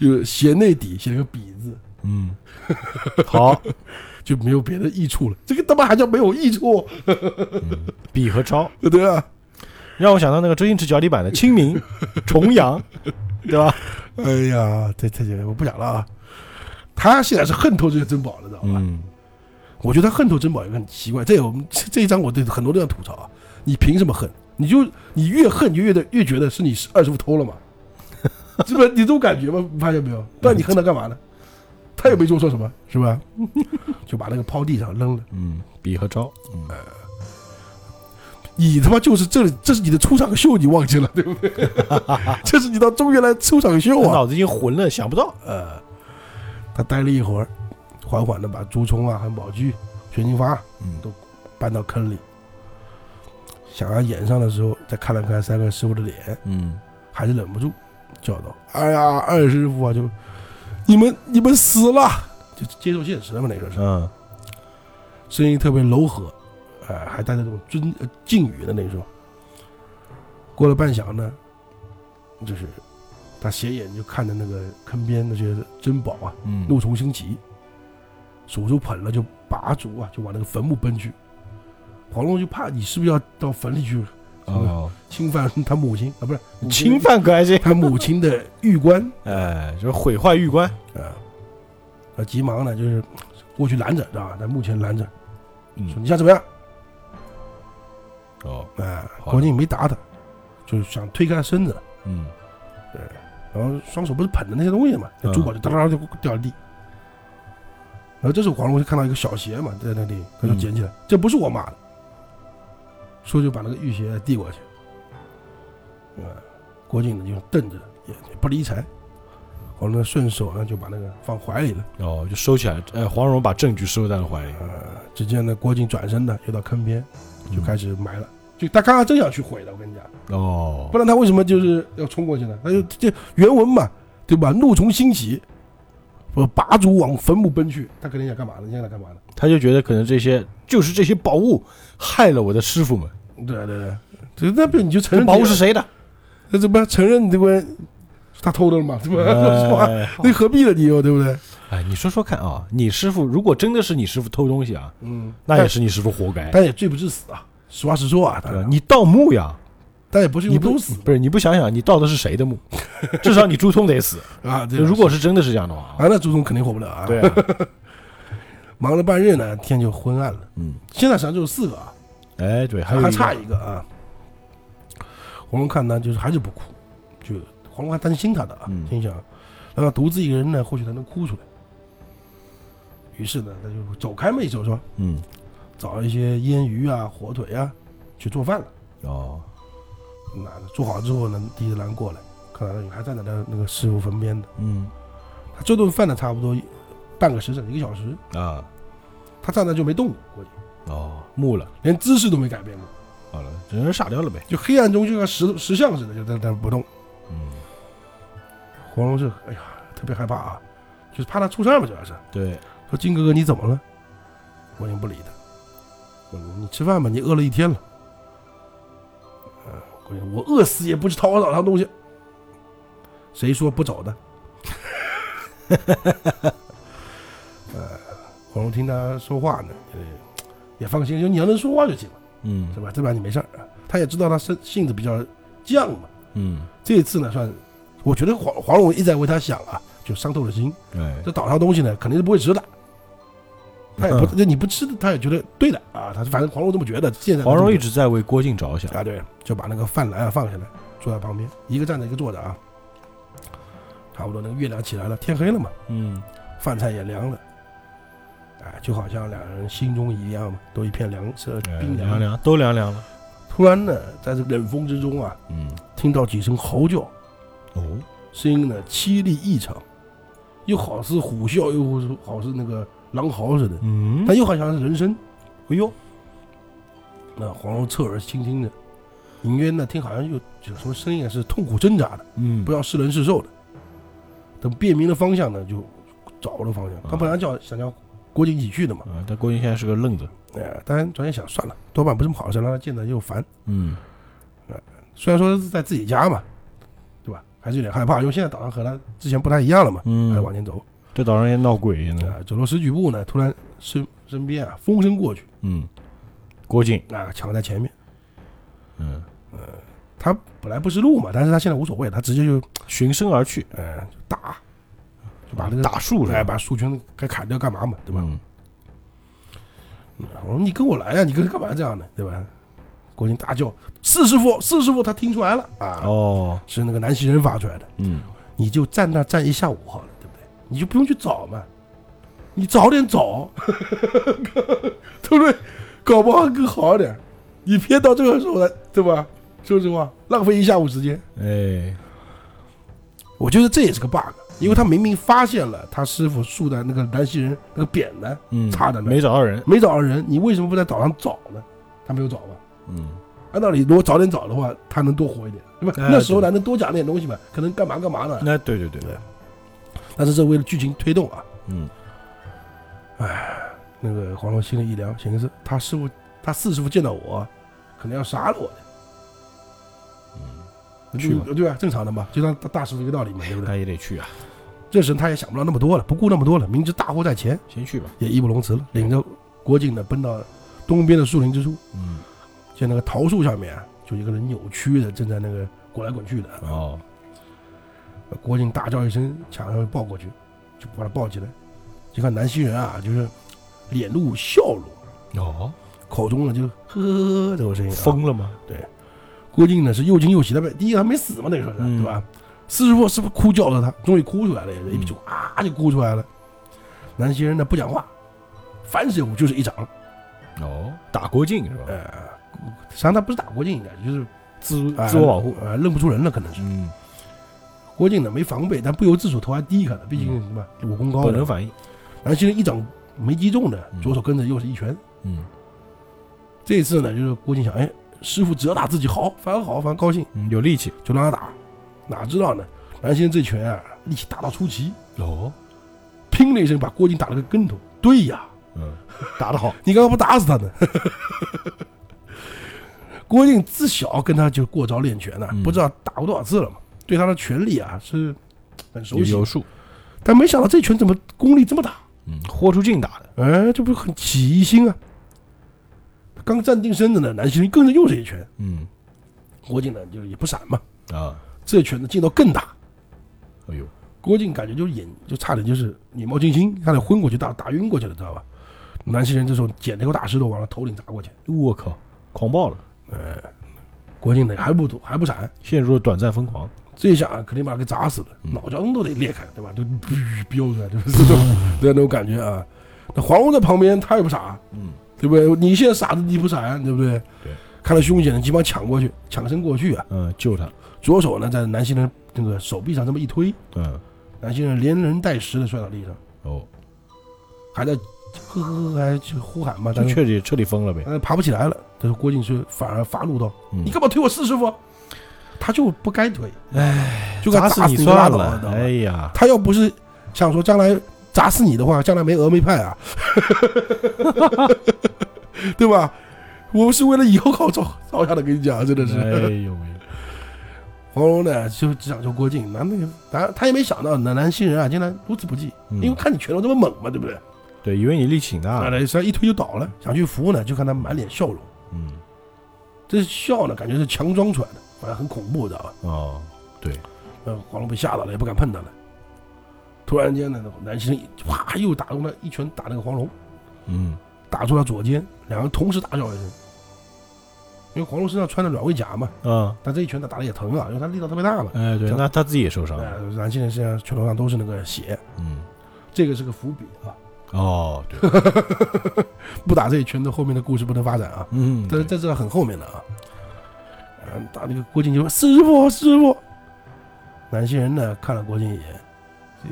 [SPEAKER 2] 就是鞋内底写了个“笔”字，
[SPEAKER 1] 嗯，好，
[SPEAKER 2] 就没有别的益处了。这个他妈还叫没有益处，
[SPEAKER 1] 嗯笔和抄
[SPEAKER 2] 对不对啊？
[SPEAKER 1] 让我想到那个周星驰脚底板的《清明》《重 阳》，对吧？
[SPEAKER 2] 哎呀，这这这，我不讲了啊。他现在是恨透这个珍宝了，知道吧？
[SPEAKER 1] 嗯，
[SPEAKER 2] 我觉得他恨透珍宝也很奇怪。这我们这这一章我对很多地方吐槽啊，你凭什么恨？你就你越恨你就越的越觉得是你二师傅偷了嘛，是不是？你这种感觉吗？你发现没有？不然你恨他干嘛呢？他也没做错什么，是吧？就把那个抛地上扔了。
[SPEAKER 1] 嗯，笔和抄，嗯，
[SPEAKER 2] 你他妈就是这，这是你的出场秀，你忘记了对不对？这是你到中原来出场秀啊！
[SPEAKER 1] 脑子已经混了，想不到，
[SPEAKER 2] 呃，他待了一会儿，缓缓的把朱冲啊、汉宝驹、薛金发
[SPEAKER 1] 嗯
[SPEAKER 2] 都搬到坑里，想要掩上的时候，再看了看三个师傅的脸，
[SPEAKER 1] 嗯，
[SPEAKER 2] 还是忍不住叫道：“哎呀，二师傅啊，就你们你们死了！”就接受现实了嘛，那个是
[SPEAKER 1] 嗯，
[SPEAKER 2] 声音特别柔和，呃，还带着那种尊呃敬语的那种。过了半晌呢，就是他斜眼就看着那个坑边那些珍宝啊，
[SPEAKER 1] 嗯，
[SPEAKER 2] 怒从心起，手中捧了就拔足啊，就往那个坟墓奔去。黄蓉就怕你是不是要到坟里去
[SPEAKER 1] 哦，
[SPEAKER 2] 侵犯 他母亲啊？不是母亲
[SPEAKER 1] 侵犯可还行，
[SPEAKER 2] 他母亲的玉棺
[SPEAKER 1] 哎，就是毁坏玉冠，
[SPEAKER 2] 啊！啊，急忙呢就是过去拦着，知道吧？在墓前拦着，说
[SPEAKER 1] 嗯，
[SPEAKER 2] 你想怎么样？
[SPEAKER 1] 哦，
[SPEAKER 2] 啊，
[SPEAKER 1] 好的
[SPEAKER 2] 郭靖没打他，就是想推开他身子，
[SPEAKER 1] 嗯，
[SPEAKER 2] 然后双手不是捧着那些东西嘛，那
[SPEAKER 1] 嗯
[SPEAKER 2] 珠宝就哒哒哒就掉地。然后这时候黄蓉就看到一个小鞋嘛，在那里，他就捡起来，这不是我妈的，说就把那个玉鞋递过去。啊，郭靖呢就瞪着，也也不理睬。黄蓉顺手呢就把那个放怀里了。
[SPEAKER 1] 哦，就收起来，哎，黄蓉把证据收在了怀里，
[SPEAKER 2] 呃，只见呢郭靖转身呢又到坑边就开
[SPEAKER 1] 始，
[SPEAKER 2] 始埋了。就他刚刚真想去毁的，我跟你讲。
[SPEAKER 1] 哦
[SPEAKER 2] 不，然他为什么就是要冲过去呢？他就这原文嘛，对吧？怒从心起，我拔足往坟墓奔去。他肯定想干嘛呢？你想他干嘛呢？
[SPEAKER 1] 他就觉得可能这些就是这些宝物害了我的师傅们，
[SPEAKER 2] 对对对，这那不你就承
[SPEAKER 1] 这
[SPEAKER 2] 认
[SPEAKER 1] 宝物是谁的？
[SPEAKER 2] 那怎么承认你这个是他偷的了嘛？对吧？ 是吧？
[SPEAKER 1] 哎
[SPEAKER 2] 那何必呢？你又对不对？
[SPEAKER 1] 哎，你说说看啊，你师傅如果真的是你师傅偷东西啊，
[SPEAKER 2] 嗯，
[SPEAKER 1] 那也，是你师傅活该，
[SPEAKER 2] 但也罪不至死啊。实话实说啊，当
[SPEAKER 1] 对吧
[SPEAKER 2] 然，
[SPEAKER 1] 你盗墓呀，
[SPEAKER 2] 但也不是
[SPEAKER 1] 哎
[SPEAKER 2] 因
[SPEAKER 1] 你
[SPEAKER 2] 为
[SPEAKER 1] 不
[SPEAKER 2] 都死
[SPEAKER 1] 不是你不想想，你盗的是谁 的墓？至少你朱通得死。
[SPEAKER 2] 啊。对啊
[SPEAKER 1] 如果是真的是这样的话，
[SPEAKER 2] 啊，那祖宗肯定活不了啊。，
[SPEAKER 1] 对啊，
[SPEAKER 2] 忙了半日呢，天就昏暗了。
[SPEAKER 1] 嗯，
[SPEAKER 2] 现在实际上只有四个啊，
[SPEAKER 1] 哎，对，还有
[SPEAKER 2] 还
[SPEAKER 1] 一个
[SPEAKER 2] 差一个啊。黄蓉看他就是还是不哭，就黄蓉还担心他的啊，
[SPEAKER 1] 嗯
[SPEAKER 2] 心想让他独自一个人呢，或许才能哭出来。于是呢，他就走开没走说
[SPEAKER 1] 嗯，
[SPEAKER 2] 找一些腌鱼啊、火腿啊去做饭了。
[SPEAKER 1] 哦，
[SPEAKER 2] 那做好之后呢，提着篮过来，看到还站在那那个师傅坟边的。
[SPEAKER 1] 嗯
[SPEAKER 2] 他这顿饭呢，差不多半个时辰，一个小时，
[SPEAKER 1] 啊，
[SPEAKER 2] 他站那就没动过，估计
[SPEAKER 1] 哦，木了，
[SPEAKER 2] 连姿势都没改变过，
[SPEAKER 1] 好了，只能是傻掉了呗。
[SPEAKER 2] 就黑暗中就像石石像似的，就在那不动。
[SPEAKER 1] 嗯，
[SPEAKER 2] 黄蓉是哎呀特别害怕啊，就是怕他出事儿嘛，主要是
[SPEAKER 1] 对，
[SPEAKER 2] 说金哥哥你怎么了？我也不理他，我说你吃饭吧，你饿了一天了。嗯、我我饿死也不是讨找他东西。谁说不找的？ 呃，黄蓉听他说话呢，也也放心，就你要能说话就行了，
[SPEAKER 1] 嗯
[SPEAKER 2] 是吧？这把你没事儿。他也知道他性性子比较犟嘛，
[SPEAKER 1] 嗯，
[SPEAKER 2] 这一次呢，算我觉得黄黄蓉一直在为他想啊，就伤透了心。
[SPEAKER 1] 哎，
[SPEAKER 2] 这岛上东西呢，肯定是不会吃的，他也不，
[SPEAKER 1] 嗯
[SPEAKER 2] 那你不吃的，他也觉得对的啊。他反正黄蓉这么觉得，现 在
[SPEAKER 1] 黄蓉一
[SPEAKER 2] 直
[SPEAKER 1] 直在为郭靖着想。
[SPEAKER 2] 啊，对，就把那个饭篮啊放下来，坐在旁边，一个站着一个坐着啊。差不多那个月亮起来了，天黑了嘛，
[SPEAKER 1] 嗯，
[SPEAKER 2] 饭菜也凉了，哎，就好像两人心中一样嘛，都一片凉色
[SPEAKER 1] 哎
[SPEAKER 2] 冰
[SPEAKER 1] 凉
[SPEAKER 2] 凉。
[SPEAKER 1] 凉都凉凉了。
[SPEAKER 2] 突然呢，在这冷风之中啊，
[SPEAKER 1] 嗯，
[SPEAKER 2] 听到几声嚎叫，
[SPEAKER 1] 哦，
[SPEAKER 2] 声音呢凄厉异常，又好似虎啸，又好似那个狼嚎似的，
[SPEAKER 1] 嗯，
[SPEAKER 2] 但又好像是人声。
[SPEAKER 1] 哎呦，
[SPEAKER 2] 那黄蓉侧耳倾听着，隐约呢听好像有有什么声音啊，是痛苦挣扎的，
[SPEAKER 1] 嗯，
[SPEAKER 2] 不知道是人是兽的。等辨明了方向呢，就找了方向。他本来叫想叫郭靖一起去的嘛，
[SPEAKER 1] 啊，但郭靖现在是个愣子，
[SPEAKER 2] 哎，当然转念想算了，多半不是什么好事，让他见着又烦。
[SPEAKER 1] 嗯
[SPEAKER 2] 虽然说是在自己家嘛，对吧？还是有点害怕，因为现在岛上和他之前不太一样了嘛。还往
[SPEAKER 1] 嗯，
[SPEAKER 2] 前走，
[SPEAKER 1] 这岛上也闹鬼现在，
[SPEAKER 2] 啊，走了十几步呢，突然身身边啊风声过去，
[SPEAKER 1] 嗯，郭靖，
[SPEAKER 2] 啊，抢在前面。
[SPEAKER 1] 嗯，
[SPEAKER 2] 他本来不是路嘛，但是他现在无所谓，他直接就
[SPEAKER 1] 循声而去，
[SPEAKER 2] 呃就打，就把那个
[SPEAKER 1] 打树
[SPEAKER 2] 哎
[SPEAKER 1] 了，
[SPEAKER 2] 把树全该砍掉干嘛嘛，对吧？
[SPEAKER 1] 嗯？
[SPEAKER 2] 我说你跟我来呀、你跟他干嘛这样的，对吧？郭靖大叫：“四师傅，四师傅！”他听出来了啊，
[SPEAKER 1] 哦，
[SPEAKER 2] 是那个南溪人发出来的。
[SPEAKER 1] 嗯，
[SPEAKER 2] 你就站那站一下午好了，对不对？你就不用去找嘛，你早点走， 对不对？搞不好更好一点。你别到这个时候来，对吧？说实话，浪费一下午时间。
[SPEAKER 1] 哎，
[SPEAKER 2] 我觉得这也是个 bug，因为他明明发现了他师傅竖的那个南溪人那个匾呢，
[SPEAKER 1] 嗯，
[SPEAKER 2] 差的呢
[SPEAKER 1] 没找到人，
[SPEAKER 2] 没找到人，你为什么不在岛上找呢？他没有找吧？
[SPEAKER 1] 嗯，
[SPEAKER 2] 按道理，如果早点找的话，他能多活一点，对吧？
[SPEAKER 1] 哎
[SPEAKER 2] 那时候呢，能多讲点东西嘛，可能干嘛干嘛呢？
[SPEAKER 1] 那对对对对，
[SPEAKER 2] 但是这为了剧情推动啊，
[SPEAKER 1] 嗯，
[SPEAKER 2] 那个黄蓉心里一凉，寻思他师傅他四师傅见到我，可能要杀了我的。嗯
[SPEAKER 1] 去吧
[SPEAKER 2] 对啊，正常的嘛，就当大大师傅一个道理嘛，对不对？
[SPEAKER 1] 他也得去啊，
[SPEAKER 2] 这时他也想不到那么多了，不顾那么多了，明知大祸在前，
[SPEAKER 1] 先去吧，
[SPEAKER 2] 也义不容辞了，领着郭靖呢奔到东边的树林之处，
[SPEAKER 1] 嗯，
[SPEAKER 2] 见那个桃树上面啊，就一个人扭曲的正在那个滚来滚去的。
[SPEAKER 1] 哦，
[SPEAKER 2] 郭靖大叫一声，抢上去抱过去，就把他抱起来。就看南溪人啊，就是脸露笑容，
[SPEAKER 1] 哦，
[SPEAKER 2] 口中呢就呵呵呵这种声音、啊。
[SPEAKER 1] 疯了吗？
[SPEAKER 2] 郭靖呢是又惊又喜，他没第一他没死嘛，那个时候是、
[SPEAKER 1] 嗯
[SPEAKER 2] 对吧？四师傅是不是哭叫着他，终于哭出来了，也是一
[SPEAKER 1] 嗯
[SPEAKER 2] 就啊就哭出来了。南溪人呢不讲话，反手就是一掌，
[SPEAKER 1] 哦，打郭靖是吧？
[SPEAKER 2] 呃，实际上他不是打郭靖，应该就是
[SPEAKER 1] 自
[SPEAKER 2] 呃
[SPEAKER 1] 自我保护，
[SPEAKER 2] 呃，认不出人了，可能是
[SPEAKER 1] 哎嗯，
[SPEAKER 2] 郭靖呢没防备，但不由自主头还低一看了，毕竟什么武功高
[SPEAKER 1] 本嗯能
[SPEAKER 2] 的。
[SPEAKER 1] 反应，
[SPEAKER 2] 南溪人一掌没击中的，
[SPEAKER 1] 嗯
[SPEAKER 2] 左手跟着又是一拳。
[SPEAKER 1] 嗯
[SPEAKER 2] 这次呢，就是郭靖想，哎，师傅只要打自己好，反而好，反而高兴，
[SPEAKER 1] 嗯，有力气，
[SPEAKER 2] 就让他打。哪知道呢，南溪人这拳啊，力气大到出奇。
[SPEAKER 1] 哦，
[SPEAKER 2] 砰的一声把郭靖打了个跟头。对呀，
[SPEAKER 1] 嗯， 打得好，
[SPEAKER 2] 你刚刚不打死他呢？ 郭靖自小跟他就过招练拳呢、
[SPEAKER 1] 嗯
[SPEAKER 2] 不知道打过多少次了嘛，对他的拳力啊是很熟
[SPEAKER 1] 有
[SPEAKER 2] 悉
[SPEAKER 1] 有，数，
[SPEAKER 2] 但没想到这拳怎么功力这么大，
[SPEAKER 1] 嗯，豁出劲打的，
[SPEAKER 2] 哎，这不是很起疑心啊？刚站定身子呢，南希人跟着又是一拳，
[SPEAKER 1] 嗯
[SPEAKER 2] 郭靖呢就是也不闪嘛，
[SPEAKER 1] 啊，
[SPEAKER 2] 这拳的劲道更大，
[SPEAKER 1] 哎呦，
[SPEAKER 2] 郭靖感觉就眼就差点就是眼冒金星，差点昏过去，打打晕过去了，知道吧？南希人这时候捡了一口大石头往他头顶砸过去。
[SPEAKER 1] 我靠，狂暴了，
[SPEAKER 2] 郭靖呢还不躲还不闪，
[SPEAKER 1] 陷入了短暂疯狂，
[SPEAKER 2] 这一下啊肯定把他给砸死了，
[SPEAKER 1] 嗯
[SPEAKER 2] 脑浆都得裂开，对吧？都飙出来，就是这种对那种感觉啊。那黄蓉在旁边，他也不傻，
[SPEAKER 1] 嗯，
[SPEAKER 2] 对不对？你现在傻子你不闪，对不对？
[SPEAKER 1] 对。
[SPEAKER 2] 看到凶险，急忙抢过去，抢身过去啊！
[SPEAKER 1] 嗯，救他，
[SPEAKER 2] 左手呢在南希人那个手臂上这么一推，
[SPEAKER 1] 嗯，
[SPEAKER 2] 南希人连人带石的摔到地上，
[SPEAKER 1] 哦，
[SPEAKER 2] 还在呵呵呵还去呼喊嘛，
[SPEAKER 1] 就
[SPEAKER 2] 但是
[SPEAKER 1] 彻底彻底疯了呗，
[SPEAKER 2] 呃爬不起来了。但是郭靖却反而发怒道：“
[SPEAKER 1] 嗯
[SPEAKER 2] 你，干嘛推我四师傅？他就不该推，哎，就该
[SPEAKER 1] 砸
[SPEAKER 2] 死
[SPEAKER 1] 你
[SPEAKER 2] 就
[SPEAKER 1] 算
[SPEAKER 2] 拉倒
[SPEAKER 1] 了
[SPEAKER 2] 知道，吧
[SPEAKER 1] 哎 呀，
[SPEAKER 2] 他要不是想说将来砸死你的话，将来没峨眉派啊， 对吧？我是为了以后好着着想的，跟你讲，真的是。
[SPEAKER 1] 哎呦喂，
[SPEAKER 2] 黄蓉呢，就只想救郭靖，难那难他也没想到南南星人啊，竟然如此不济，
[SPEAKER 1] 嗯
[SPEAKER 2] 因为看你拳头这么猛嘛，对不对？
[SPEAKER 1] 对，以为你力气挺大
[SPEAKER 2] 啊，
[SPEAKER 1] 的，
[SPEAKER 2] 实际上一推就倒了，想去扶呢，就看他满脸笑容，
[SPEAKER 1] 嗯，
[SPEAKER 2] 这笑呢，感觉是强装出来的，反正很恐怖，知道吧？
[SPEAKER 1] 哦，
[SPEAKER 2] 呃，黄蓉被吓到了，也不敢碰他了。突然间呢，南星人啪又打中了一拳，打那个黄蓉。
[SPEAKER 1] 嗯，
[SPEAKER 2] 打中他左肩，两人同时大叫一声。因为黄蓉身上穿的软猬甲嘛，
[SPEAKER 1] 啊，
[SPEAKER 2] 但这一拳他打的也疼啊，因为他力道特别大嘛。
[SPEAKER 1] 哎，对，
[SPEAKER 2] 这
[SPEAKER 1] 那他自己也受伤了，
[SPEAKER 2] 呃，南星人身上拳头上都是那个血，
[SPEAKER 1] 嗯，
[SPEAKER 2] 这个是个伏笔啊，
[SPEAKER 1] 哦，对，
[SPEAKER 2] 不打这一拳，这后面的故事不能发展啊。
[SPEAKER 1] 嗯，
[SPEAKER 2] 但是在这很后面的啊，嗯，打那个郭靖就说：“师傅，师傅。”南杏人呢看了郭靖一眼，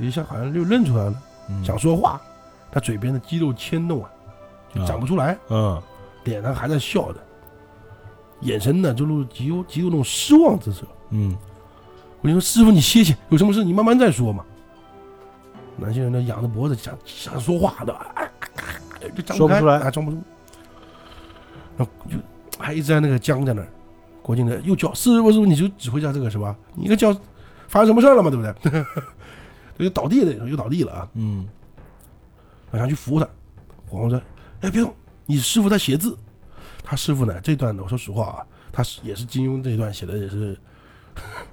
[SPEAKER 2] 一下好像就认出来了，
[SPEAKER 1] 嗯
[SPEAKER 2] 想说话，他嘴边的肌肉牵动啊，就讲不出来，
[SPEAKER 1] 嗯
[SPEAKER 2] 脸上还在笑着，眼神呢就露极有极有那种失望之色。
[SPEAKER 1] 嗯
[SPEAKER 2] 我就说：“师傅，你歇歇，有什么事你慢慢再说嘛。”南杏人呢，仰着脖子想想说话的，哎哎就张
[SPEAKER 1] 说不
[SPEAKER 2] 开
[SPEAKER 1] 出来
[SPEAKER 2] 啊，装不出。然后就还一直在那个僵在那儿。郭靖呢又叫师傅，师傅，你就只会叫这个是吧？你一个叫，发生什么事儿了嘛？对不对？ 就倒地了，又倒地了啊！
[SPEAKER 1] 嗯
[SPEAKER 2] 我想去扶他。黄蓉说：“哎，别动，你师傅在写字。”他师傅呢？这段呢，我说实话啊，他是也是金庸这一段写的也是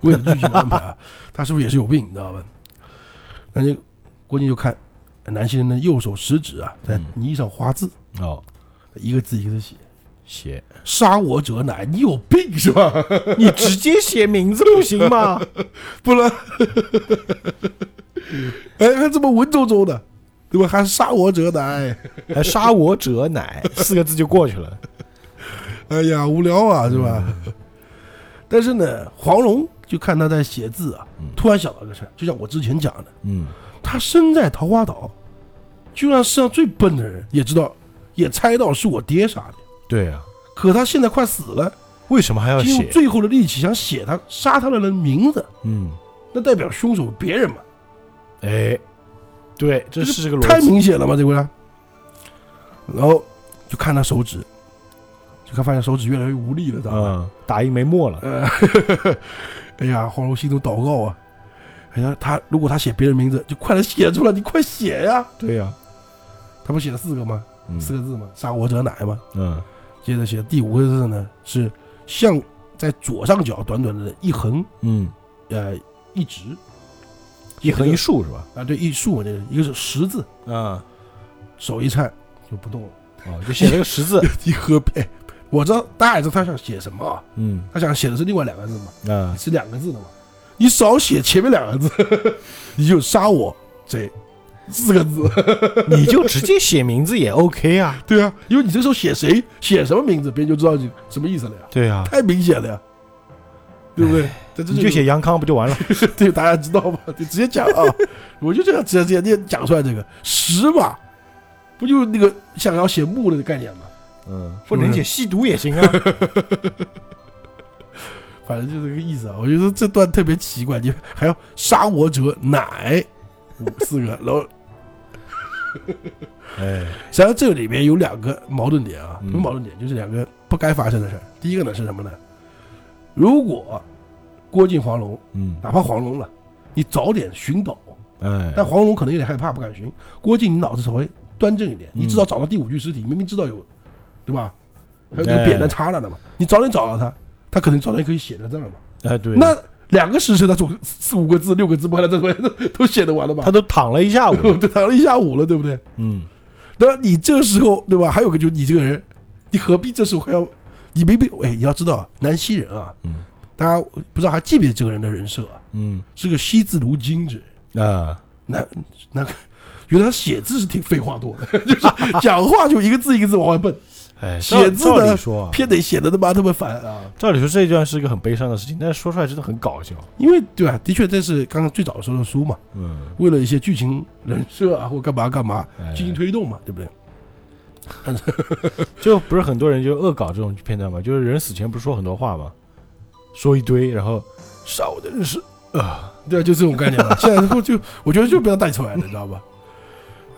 [SPEAKER 2] 为了剧情安排啊，他师傅也是有病，你知道吧？那就郭靖就看南希人的右手食指啊，在
[SPEAKER 1] 嗯
[SPEAKER 2] 泥上划字，
[SPEAKER 1] 哦，
[SPEAKER 2] 一个字一个字写。
[SPEAKER 1] 写
[SPEAKER 2] 杀我者乃，你有病是吧？
[SPEAKER 1] 你直接写名字不行吗？
[SPEAKER 2] 不然， 哎，还这么文绉绉的，对吧？还杀我者乃，
[SPEAKER 1] 还杀我者乃四个字就过去了，
[SPEAKER 2] 哎呀，无聊啊，是吧？但是呢，黄蓉就看他在写字啊，
[SPEAKER 1] 嗯
[SPEAKER 2] 突然想到个事儿，就像我之前讲的，
[SPEAKER 1] 嗯
[SPEAKER 2] 他身在桃花岛，就算世上最笨的人也知道，也猜到是我爹杀的。
[SPEAKER 1] 对啊，
[SPEAKER 2] 可他现在快死了，
[SPEAKER 1] 为什么还要
[SPEAKER 2] 就用
[SPEAKER 1] 啊写？
[SPEAKER 2] 最后的力气想写他杀他的人名字，
[SPEAKER 1] 嗯，
[SPEAKER 2] 那代表凶手别 人嘛？
[SPEAKER 1] 哎，对，这是这个
[SPEAKER 2] 太
[SPEAKER 1] 逻辑，嗯
[SPEAKER 2] 明显了嘛，这回来。啊然后就看他手指，就看发现手指越来越无力了，知道吧？
[SPEAKER 1] 嗯，打印没墨了，
[SPEAKER 2] 呃， 哎呀，黄蓉心中祷告啊，哎呀，他如果他写别人名字，就快点写出来，你快写呀！
[SPEAKER 1] 对啊呀，
[SPEAKER 2] 他不写了四个吗？
[SPEAKER 1] 嗯
[SPEAKER 2] 四个字吗？杀我者乃吗？
[SPEAKER 1] 嗯
[SPEAKER 2] 接着写第五个字呢，是向在左上角短短的一横，
[SPEAKER 1] 嗯，
[SPEAKER 2] 呃，一直
[SPEAKER 1] 一横一竖是吧？
[SPEAKER 2] 啊，对，一竖嘛，这个一个是十字，
[SPEAKER 1] 嗯，
[SPEAKER 2] 手一颤就不动了。
[SPEAKER 1] 哦，就写了个十 字，
[SPEAKER 2] 一喝，哎，我知道大家也知道他想写什么啊，
[SPEAKER 1] 嗯
[SPEAKER 2] 他想写的是另外两个字 嘛，
[SPEAKER 1] 啊，
[SPEAKER 2] 是两个字的嘛，你少写前面两个字， 你就杀我贼，四个字，
[SPEAKER 1] 你就直接写名字也 OK 啊，
[SPEAKER 2] 对啊，因为你这时候写谁写什么名字，别人就知道你什么意思了呀，
[SPEAKER 1] 对啊，
[SPEAKER 2] 太明显了呀，对不对？这这
[SPEAKER 1] 你就写杨康不就完了？
[SPEAKER 2] 对大家知道吧？就直接讲啊， 我就这样直接直接讲出来这个十嘛，不就是那个想要写木的概念吗？
[SPEAKER 1] 嗯，或者你写吸毒也行啊，
[SPEAKER 2] 反正就是这个意思啊。我觉得这段特别奇怪，你还要杀我者乃五四个，然后
[SPEAKER 1] 哎，
[SPEAKER 2] 实际上这里面有两个矛盾点啊，
[SPEAKER 1] 嗯
[SPEAKER 2] 什么矛盾点？就是两个不该发生的事儿。第一个呢是什么呢？如果郭靖、黄蓉，
[SPEAKER 1] 嗯，
[SPEAKER 2] 哪怕黄蓉了，你早点寻宝，
[SPEAKER 1] 哎，
[SPEAKER 2] 但黄蓉可能有点害怕，不敢寻。郭靖，你脑子稍微端正一点，
[SPEAKER 1] 嗯
[SPEAKER 2] 你至少找到第五具尸体，明明知道有，对吧？还有那个
[SPEAKER 1] 哎
[SPEAKER 2] 扁担插着的嘛，你早点找到他，他可能早点可以写在这儿了嘛。
[SPEAKER 1] 哎，对，
[SPEAKER 2] 那两个时辰，他总四五个字、六个字，把他这回都写得完了吧？
[SPEAKER 1] 他都躺了一下午了，
[SPEAKER 2] 都谈了一下午了，对不对？
[SPEAKER 1] 嗯，
[SPEAKER 2] 那你这时候对吧？还有个就是你这个人，你何必这时候还要？你没必哎，你要知道南希人啊，
[SPEAKER 1] 嗯，
[SPEAKER 2] 大家不知道还记不记得这个人的人设啊？
[SPEAKER 1] 嗯
[SPEAKER 2] 是个惜字如金之人。
[SPEAKER 1] 啊，
[SPEAKER 2] 那那原来他写字是挺废话多的，就是讲话就一个字一个字往外蹦，
[SPEAKER 1] 哎，
[SPEAKER 2] 写
[SPEAKER 1] 照
[SPEAKER 2] 字
[SPEAKER 1] 照
[SPEAKER 2] 呢
[SPEAKER 1] 理说啊，
[SPEAKER 2] 偏得写的他妈他妈烦啊！
[SPEAKER 1] 照理说这一段是一个很悲伤的事情，但是说出来真的很搞笑，
[SPEAKER 2] 因为对吧、的确，这是刚刚最早说的书嘛，
[SPEAKER 1] 嗯，
[SPEAKER 2] 为了一些剧情人设啊或干嘛干嘛
[SPEAKER 1] 哎
[SPEAKER 2] 进行推动嘛，对不对？
[SPEAKER 1] 就不是很多人就恶搞这种片段嘛，就是人死前不是说很多话嘛，说一堆，然后杀我的人是啊，
[SPEAKER 2] 对啊，就这种概念嘛。现在后就我觉得就不要带出来了，你知道吧？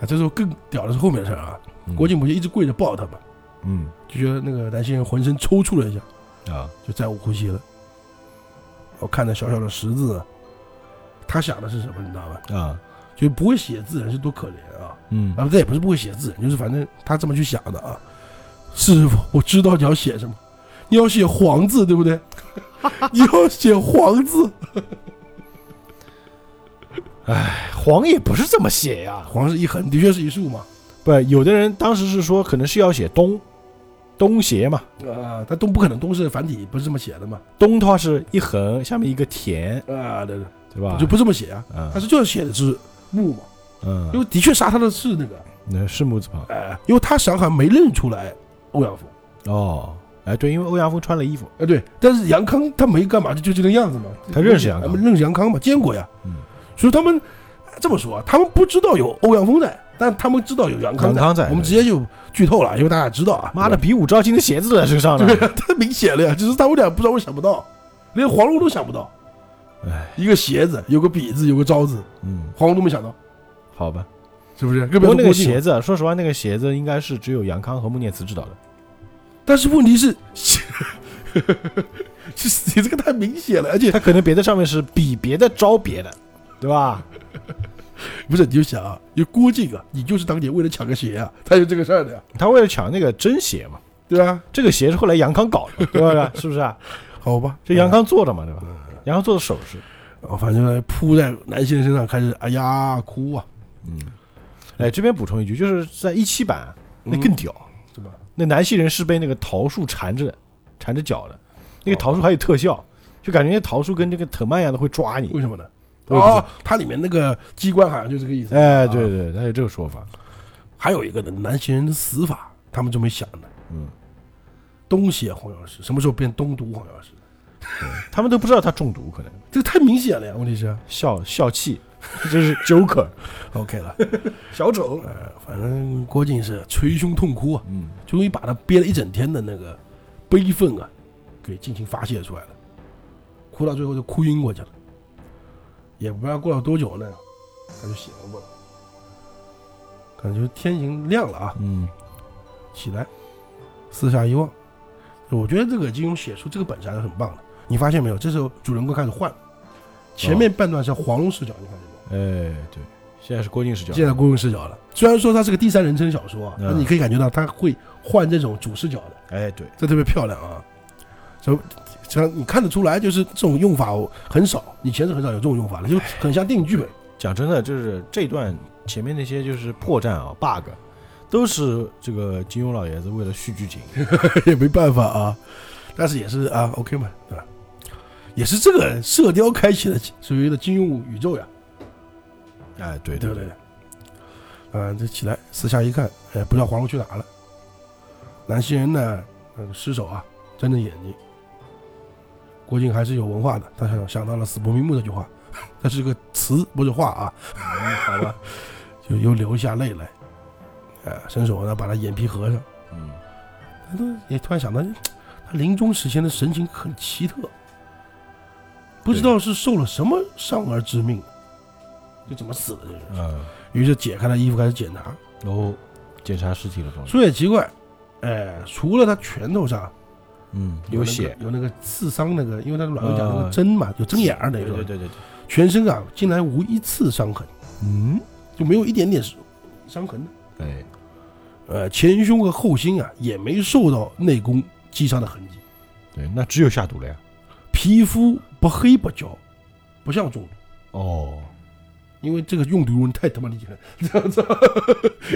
[SPEAKER 2] 啊，这时候更屌的是后面的事儿啊。
[SPEAKER 1] 嗯
[SPEAKER 2] 郭，靖不就一直跪着抱他嘛，
[SPEAKER 1] 嗯
[SPEAKER 2] 就觉得那个南星人浑身抽搐了一下，
[SPEAKER 1] 啊，
[SPEAKER 2] 就再无呼吸了。我看着小小的十字啊，他想的是什么，你知道吧？
[SPEAKER 1] 啊，
[SPEAKER 2] 就不会写字人是多可怜啊！
[SPEAKER 1] 嗯
[SPEAKER 2] 啊，这也不是不会写字人，就是反正他这么去想的啊。师傅，我知道你要写什么，你要写黄字，对不 对？你要写黄字，
[SPEAKER 1] 哎黄也不是这么写呀，
[SPEAKER 2] 黄是一横，的确是一竖嘛。
[SPEAKER 1] 不，有的人当时是说可能是要写东，东斜嘛，
[SPEAKER 2] 啊，他东不可能东是繁体，不是这么写的嘛？
[SPEAKER 1] 东的话是一横，下面一个田，
[SPEAKER 2] 啊，对对，
[SPEAKER 1] 对吧？
[SPEAKER 2] 就不这么写啊，
[SPEAKER 1] 嗯
[SPEAKER 2] 但是就是写的是木嘛，
[SPEAKER 1] 嗯，
[SPEAKER 2] 因为的确杀他的是那个，呃
[SPEAKER 1] 那是木字旁
[SPEAKER 2] 哎，因为他想好像没认出来欧阳锋，
[SPEAKER 1] 哦，哎，对，因为欧阳锋穿了衣服，
[SPEAKER 2] 哎，对，但是杨康他没干嘛，就就这个样子嘛。
[SPEAKER 1] 他认识杨
[SPEAKER 2] 他
[SPEAKER 1] 康
[SPEAKER 2] 们，认识杨康嘛，见过呀。
[SPEAKER 1] 嗯，
[SPEAKER 2] 所以他们这么说啊，他们不知道有欧阳锋在，但他们知道有杨康
[SPEAKER 1] 杨
[SPEAKER 2] 在。
[SPEAKER 1] 康在，
[SPEAKER 2] 我们直
[SPEAKER 1] 对
[SPEAKER 2] 接就剧透了，因为大家知道啊。
[SPEAKER 1] 妈的，比武招亲的鞋子都在身上呢
[SPEAKER 2] 对，，太明显了呀！只是他们俩不知道为什么想不到，连黄蓉都想不到。
[SPEAKER 1] 哎，
[SPEAKER 2] 一个鞋子，有个笔字，有个招字，
[SPEAKER 1] 嗯，
[SPEAKER 2] 黄蓉都没想到，
[SPEAKER 1] 好吧。
[SPEAKER 2] 是不是？
[SPEAKER 1] 不
[SPEAKER 2] 更不
[SPEAKER 1] 过
[SPEAKER 2] 要
[SPEAKER 1] 那个
[SPEAKER 2] 说郭靖了
[SPEAKER 1] 鞋子，啊说实话，那个鞋子应该是只有杨康和穆念慈知道的。
[SPEAKER 2] 但是问题是， 是你这个太明显了，而且
[SPEAKER 1] 他可能别的上面是比别的招别的，对吧？
[SPEAKER 2] 不是你就想啊，有郭靖啊，你就是当年为了抢个鞋啊，才有这个事儿的呀，
[SPEAKER 1] 他为了抢那个真鞋嘛，
[SPEAKER 2] 对吧？
[SPEAKER 1] 这个鞋是后来杨康搞的，对吧？是不是啊？
[SPEAKER 2] 好吧，
[SPEAKER 1] 这杨康做的嘛，对
[SPEAKER 2] 嗯
[SPEAKER 1] 吧？杨康做的首饰，
[SPEAKER 2] 啊，反正扑在南希的身上开始哎呀哭啊，
[SPEAKER 1] 嗯。哎，这边补充一句，就是在一七版那
[SPEAKER 2] 嗯
[SPEAKER 1] 更屌，
[SPEAKER 2] 是吧？
[SPEAKER 1] 那南希人是被那个桃树缠着的，缠着脚的，那个桃树还有特效，就感觉那桃树跟这个藤蔓一样的会抓你。
[SPEAKER 2] 为什么呢？
[SPEAKER 1] 我也不知道
[SPEAKER 2] 哦，它里面那个机关好像就这个意思。
[SPEAKER 1] 哎，对对，他有这个说法。
[SPEAKER 2] 还有一个呢，南希人的死法，他们就没想呢。
[SPEAKER 1] 嗯，
[SPEAKER 2] 东邪黄药师什么时候变东都黄药师？
[SPEAKER 1] 他们都不知道他中毒，可能
[SPEAKER 2] 这太明显了呀！问题是
[SPEAKER 1] 笑笑气，这是 Joker
[SPEAKER 2] ，OK 了，
[SPEAKER 1] 小丑。
[SPEAKER 2] 呃，反正郭靖是捶胸痛哭啊，
[SPEAKER 1] 嗯，
[SPEAKER 2] 终于把他憋了一整天的那个悲愤啊，给尽情发泄出来了，哭到最后就哭晕过去了，也不知道过了多久呢，他就醒了过来，感觉天已经亮了啊，
[SPEAKER 1] 嗯，
[SPEAKER 2] 起来，四下一望，我觉得这个金庸写出这个本子还是很棒的。你发现没有？这时候主人公开始换了，前面半段是黄蓉视角，你看见没有？
[SPEAKER 1] 哎，对，现在是郭靖视角。
[SPEAKER 2] 现在郭靖视角了。虽然说它是个第三人称小说啊，
[SPEAKER 1] 嗯
[SPEAKER 2] 但你可以感觉到它会换这种主视角的，
[SPEAKER 1] 哎，对，
[SPEAKER 2] 这特别漂亮啊。就像你看得出来，就是这种用法很少，以前是很少有这种用法的，就很像电影剧本。
[SPEAKER 1] 讲真的，就是这段前面那些就是破绽啊、bug，都是这个金庸老爷子为了续剧情。
[SPEAKER 2] 也没办法啊，但是也是啊，OK 嘛，对吧？也是这个《射雕》开启了所谓的金庸宇宙呀，
[SPEAKER 1] 哎，对
[SPEAKER 2] 对不对
[SPEAKER 1] 对，？
[SPEAKER 2] 啊，这起来四下一看，哎，不知道黄蓉去哪了。南希人呢，那个失手啊，睁着眼睛。郭靖还是有文化的，他想想到了“死不瞑目”这句话， 它是个词，不是话啊，
[SPEAKER 1] 嗯好吧，
[SPEAKER 2] 就又流下泪来。啊，伸手呢把他眼皮合上，
[SPEAKER 1] 嗯，
[SPEAKER 2] 他都也突然想到，他临终时前的神情很奇特，不知道是受了什么伤而致命，就怎么死的这人。
[SPEAKER 1] 嗯，
[SPEAKER 2] 于是解开了衣服开始检查，
[SPEAKER 1] 然后检查尸体的方式，
[SPEAKER 2] 说也奇怪，哎，除了他拳头上
[SPEAKER 1] 嗯，有
[SPEAKER 2] 那个
[SPEAKER 1] 血，
[SPEAKER 2] 有那个刺伤那个，因为他软骨讲那个
[SPEAKER 1] 啊
[SPEAKER 2] 针嘛，有针眼儿等
[SPEAKER 1] 对
[SPEAKER 2] 于
[SPEAKER 1] 对对
[SPEAKER 2] 说，
[SPEAKER 1] 对对，
[SPEAKER 2] 全身啊竟然无一次伤痕，
[SPEAKER 1] 嗯，
[SPEAKER 2] 就没有一点点伤痕的。
[SPEAKER 1] 哎，
[SPEAKER 2] 呃，前胸和后心啊也没受到内功击杀的痕迹，
[SPEAKER 1] 对，那只有下毒了呀。
[SPEAKER 2] 皮肤不黑不焦，不像中毒。
[SPEAKER 1] 哦，
[SPEAKER 2] 因为这个用毒人太他妈厉害了， 你知道知道，